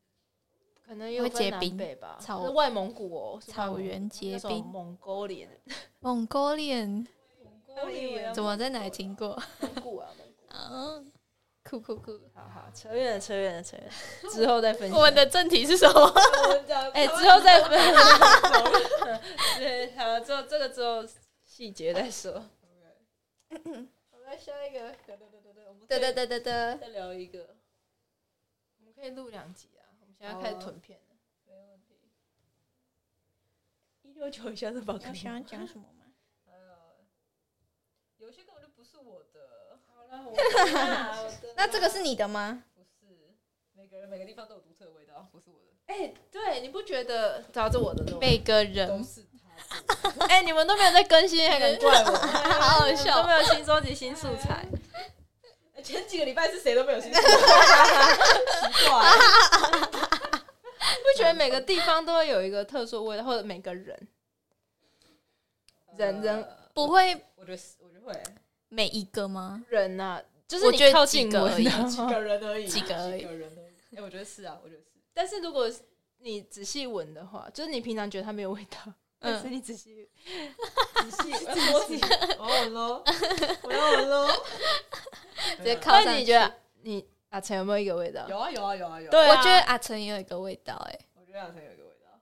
可能有会结分南冰北吧，草是外蒙古哦，是外蒙草古原结那种冰，蒙古脸，蒙古脸哎我以为怎么在哪里听过？蒙古啊？蒙古啊，酷酷酷！好好，扯远了，扯远了，扯 远了，之后再分享。我们的正题是什么？哎，之后再分享。 嗯对，好，之后这个之后细节再说。我们来下一个，对对对对对，再聊一个，我们可以录两集啊。我们现在开始囤片了。一六九以下的吧，想要讲什么吗？有些根本就不是我的，那这个是你的吗？不是每个人每个地方都有独特的味道，不是我的，哎，对，你不觉得？找着我的录。每个都人是他的。哎，你们都没有在更新，还敢 怪我？好好笑都没有新收集新素 材。 前几个礼拜是谁都没有兴趣，奇怪。 不觉得每个地方都会有一个特殊味道，或者 每个人？人人呃不会 我觉得是我觉得会，每一个吗？人呐、就我是觉得你靠几近个我而已几 个人而已，几个而已几个人而已。哎、我觉得是啊，我觉得 是。但是如果你仔细闻的话，就是你平常觉得它没有味道，但是嗯，你仔细仔 细，仔细，我要闻 喽，我要闻喽。直接 靠上那你去觉得你阿成有没有一个味道？啊有啊有啊有啊有啊。对啊我觉得阿成也有一个味道、欸，我觉得两层有一个味道。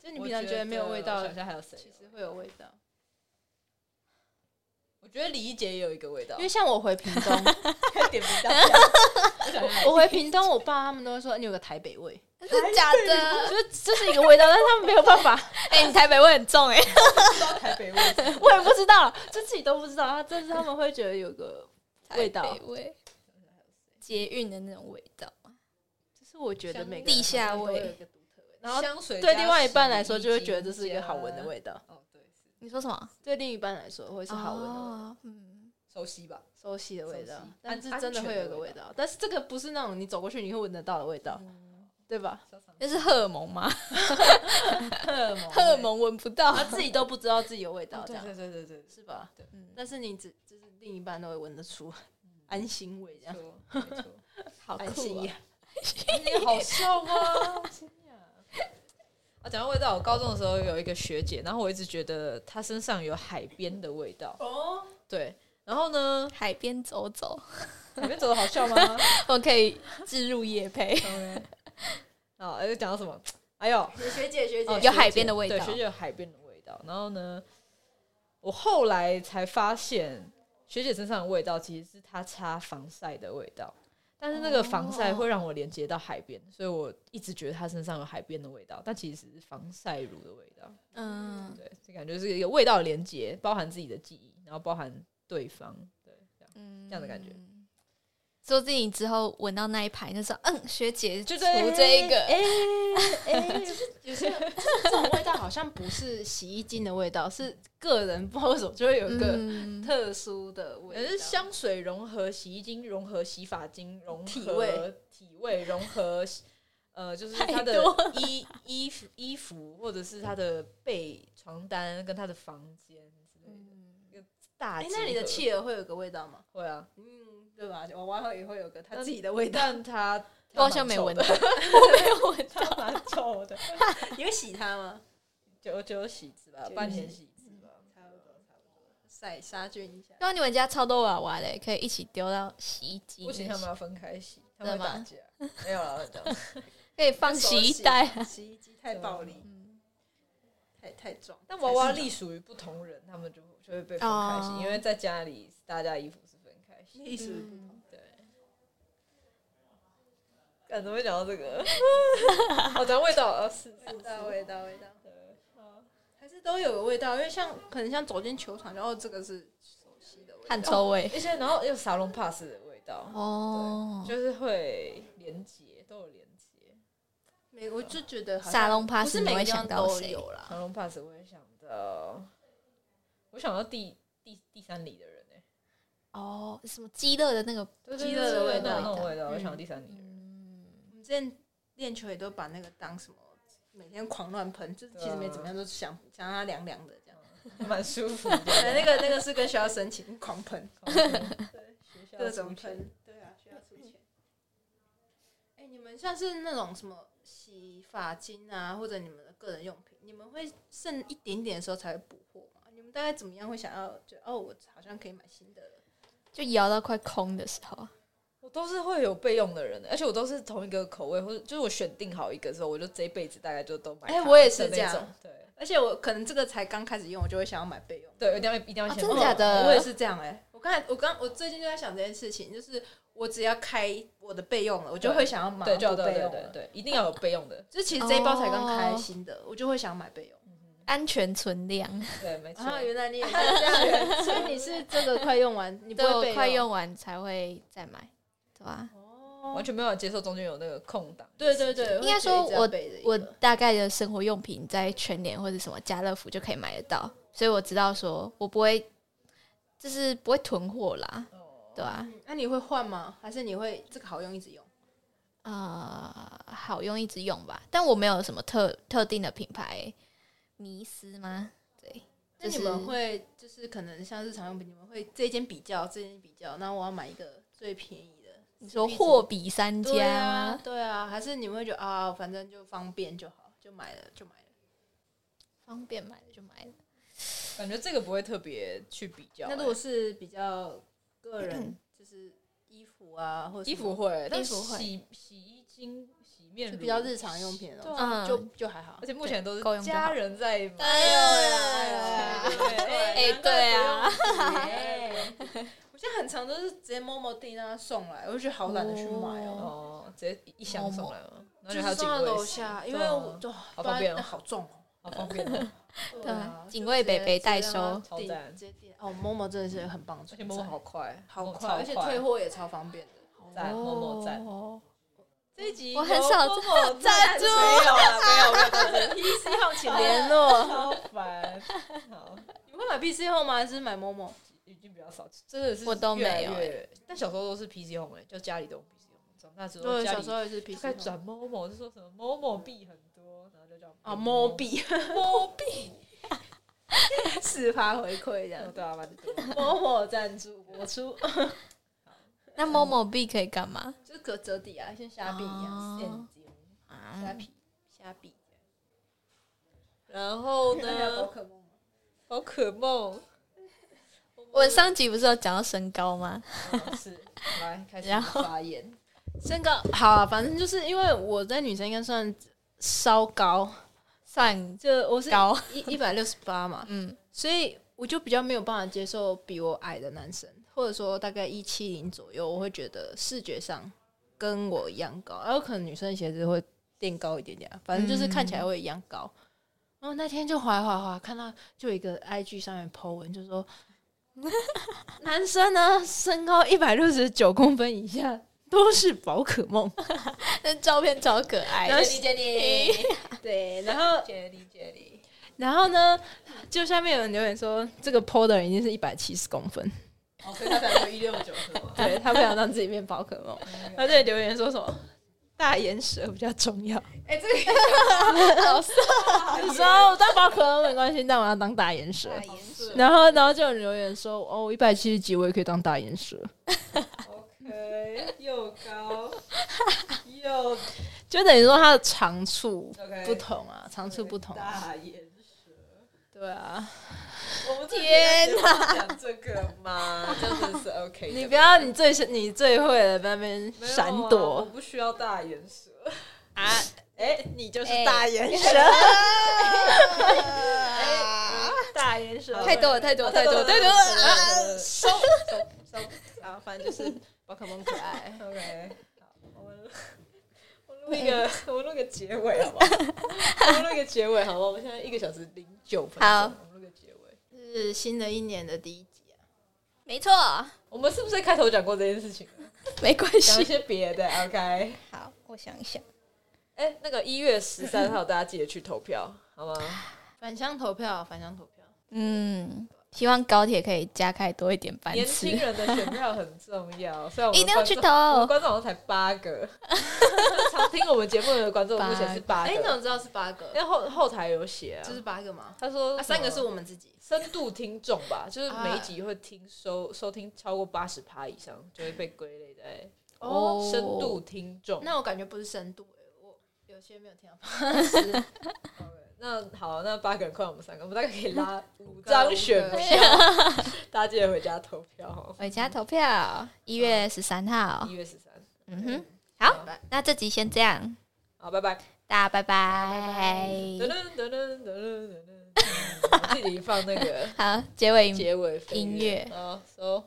就你平常觉得没有味我道想一，下还有谁？其实会有味道。我觉得李一杰也有一个味道因为，像我回屏东，点名大家。 我想一下 我 回屏东，我爸他们都会说你有个台北味，哎，是假 的？就是这是一个味道，但是他们没有办法，哎、你台北味很重、欸，哎，知道台北味是什么，我也不知道，就自己都不知道，他但是他们会觉得有个 味道味，捷运的那种味道，就是我觉得每个地下味，味。然后香水对加另外一半来洗说衣就会精觉得这是一个加好闻的。味道，哦，对，是你说什么？对另一半来说会是好闻的味道，哦嗯，熟悉吧？熟悉的味道熟悉，但是真的会有一个味安全道，但是这个不是那种你走过去你会闻得到的味道，对吧？那是荷尔蒙吗？ 荷尔蒙荷尔蒙闻不到。他啊自己都不知道自己有味哦哦道，这对样对对对对，是吧？嗯，但是你只就是另一半都会闻得出安心味，这没样错没错。好安心酷一啊！样。你好笑吗？惊讶啊，讲到味道，我高中的时候有一个学姐，然后我一直觉得她身上有海边的味道。哦，对，然后呢，海边走走，海边走的好笑吗？我可以置入夜配，啊，哎讲到什么？哎呦，学姐学姐，哦有海边的味道对，学姐有海边的味道。然后呢，我后来才发现，学姐身上的味道其实是她擦防晒的味道，但是那哦个防晒会让我连接到海边，所以我一直觉得她身上有海边的味道，但其实是防晒乳的味道。嗯对，这感觉是一个味道的连接，包含自己的记忆，然后包含对方。对，这样嗯，这样的感觉。说不定你之后闻到那一排，就说嗯，学姐就除对这一哎个，有些这种味道好像不是洗衣精的味道，是个人不知道为什么就会有一个嗯，特殊的味道，可是香水融合洗衣精，融合洗发精，融合体味体味融合，呃，就是它太的多衣衣服、衣服，或者是它的被床单跟它的房间之嗯类的大哎、集合。那你的企鹅会有个味道吗？会啊，嗯，对吧？娃娃也会有个它自呃己的味道，但它我好像没闻到，它蛮臭的 我没有 闻到，它蛮臭的， 你会洗它吗？久久洗一次吧，久半年洗一次吧。晒杀菌一下。因为你们家超多娃娃嘞，可以一起丢到洗衣机不里行，面他洗，们要分开洗，他嗯真的们会打吗架。没有了，这样可以放洗衣袋。 洗衣机太啊暴力，嗯太太壮。但娃娃隶属于不同人，他们就会就会被分开洗，哦因为在家里大家衣服是分开洗。意思嗯干怎么会讲到这 个？哦，讲味道，呃，是味道，味道，味道，还是都有个味道，因为像可能像走进球场，然后这个是熟悉的味道。汗臭味一些，然后又沙龙 pass 的味道，哦，就是会连接，都有连接。每我就觉得好像沙龙不 pass 是你每会个地想方到都谁？有啦。沙龙 pass 我也想到，我想到第第第三里的人哎、哦，什么鸡乐的那个，欸，鸡的味道那种味道，我想到第三里的人。嗯，我们之前练球也都把那个当什么，每天狂乱喷，就是其实没怎么样，都想想让它凉凉的这 样。蛮舒服的， 哎那个那个是跟学校申请狂喷，各各种喷。对啊，学校嗯出钱。哎、你们像是那种什么洗发精啊，或者你们的个人用品，你们会剩一点点的时候才会补货吗？你们大概怎么样会想要就哦，我好像可以买新的了？就摇到快空的时候，我都是会有备用的人，而且我都是同一个口味，或者就是我选定好一个之后，我就这一辈子大概就都买它的那哎种。我也是这样对而且我可能这个才刚开始用，我就会想要买备用。对，一定要一定要哦先真的买假的我也是这样哎、我刚才我刚我最近就在想这件事情，就是我只要开我的备用了，我就会想要买对，就要备对用对了。对对，一定要有备用的。就其实这一包才刚开哦新的，我就会想买备用。安全存量。对，没错。啊，原来你也是这样的 人，所以你是这个快用完，你不对会哦备我快用完才会再买，对吧？哦完。全没有接受中间有那个空档。对对对，应该说会觉得我这样备着一个我大概的生活用品在全联或者什么家乐福就可以买得到，所以我知道说我不会，就是不会囤货啦，对吧、嗯那你会换吗？还是你会这个好用一直用？啊？呃，好用一直用吧，但我没有什么特特定的品牌迷思吗？对，那你就是们会就是可能像日常用品，你们会这间比较，这间比较，那我要买一个最便宜的。你说货比三对家啊吗？，对啊，还是你们会觉得啊，反正就方便就好，就买了就买了。方便买了就买了。感觉这个不会特别去比较、那如欸果是比较个人，就是衣服啊，或者嗯什衣么服会，但衣服会洗洗衣精、洗面就乳比较日常用，品的东哦西，啊嗯，就就还好而。且目前都够是用就家好人在买。哎对哎哎，对啊，哎我现在很常都是直接某某订让他送来，我就觉得好懒得去买哦。哦，直接一箱送来嘛，然后就还有是警送到楼卫室，下，因对为啊我就好方便哦好重哦。好方便哦，对啊，警卫北北代收，超赞直接点哦，Momo 真的是很棒的而存且在，摸摸好快，好摸快，超而且退货也超方便的。赞，摸摸赞。哦这一集我很少赞助，没有了，没有没有赞助， PC 号请联络。超 烦。好，你会买 PC 号吗？还是买 Momo？已经比较少，真的是我都越来没有越。欸但小时候都是 PC home，欸就家里都有 PC home，长大之后对，家小里时候也是 PC 就开始转某某，就说什么某某币很多，然后就叫啊摸币某 币，四发回馈这哦样。 对啊，蛮多的。 Momo 赞助我出，那某某币可以干嘛？就是可折抵啊，像虾币一样，哦现金虾啊，皮虾币。然后那叫宝呢，可梦吗？宝可梦，我上集不是有讲到身高吗？嗯是来开始然后发言，身高好、啊，反正就是因为我在女生应该算稍高，算就我是高，一一百六十八嘛，嗯，所以我就比较没有办法接受比我矮的男生，或者说大概一七零左右，我会觉得视觉上跟我一样高，然后可能女生的鞋子会垫高一点点啊，反正就是看起来会一样高。然后那天就滑一滑一滑，看到就有一个 IG 上面 po 文，就说男生呢身高一百六十九公分以下都是宝可梦，那照片超可爱然后的， 理解你， 对，然后杰里杰里，然后呢，就下面有人留言说，这个 PO 的人已经是一百七十公分，哦，所以他才会一六九是吗？ 对他不想让自己变宝可梦，哦他在留言说什么大眼蛇比较重要。哎，这个 你说我当宝可梦没关系，但我要当大眼蛇。也是然后，然后就有人留言说，哦，我一百七十几，我也可以当大眼蛇， OK，又高 又就等于说他的长处 OK，不同啊，长处不同、啊。大眼蛇。对啊，我们这天哪，讲这个吗？这样子是 OK 的。你不要你最你最会了，在那边没有啊闪我躲不需要大眼蛇。 啊，哎，你就是哎大眼蛇，哎大眼蛇太多了，太多了，太多了，太多了。了，收收收。啊，反正就是宝可梦可爱。 OK，好，我们我录一个，我们录个结尾好不好？我们录个结尾好不好？我们现在一个小时零九分钟，好我们录个结尾。是新的一年的第一集啊，没错，我们是不是在开头讲过这件事情？没关讲一系。些别的，OK。好，我想一想。哎、那个一月十三号，大家记得去投票，好吗？返乡投票，返乡投票。嗯，希望高铁可以加开多一点班年次轻，人的选票很重要，虽然我们一定要观去众投。我们观众好像才八个， 常听我们节目的观众目前是八哎，你怎么个，知道是八个？但后后台有写啊这，是八个吗？他说啊，三个是我们自己。深度听众吧，就是啊每一集会听收收听超过八十趴以上，就会被归类在哦深度听众。那我感觉不是深度欸，我有些没有听到八十。那好，啊那八个人扣我们三个，我们大概可以拉五个张选 票，大家记得回家投票哦。回家投票，一月十三号一。月十三，嗯哼，好，那这集先这样，好，拜拜。大家拜拜。噔噔噔噔噔噔噔噔，我自己放那个好，结尾音结尾飞音乐啊，收。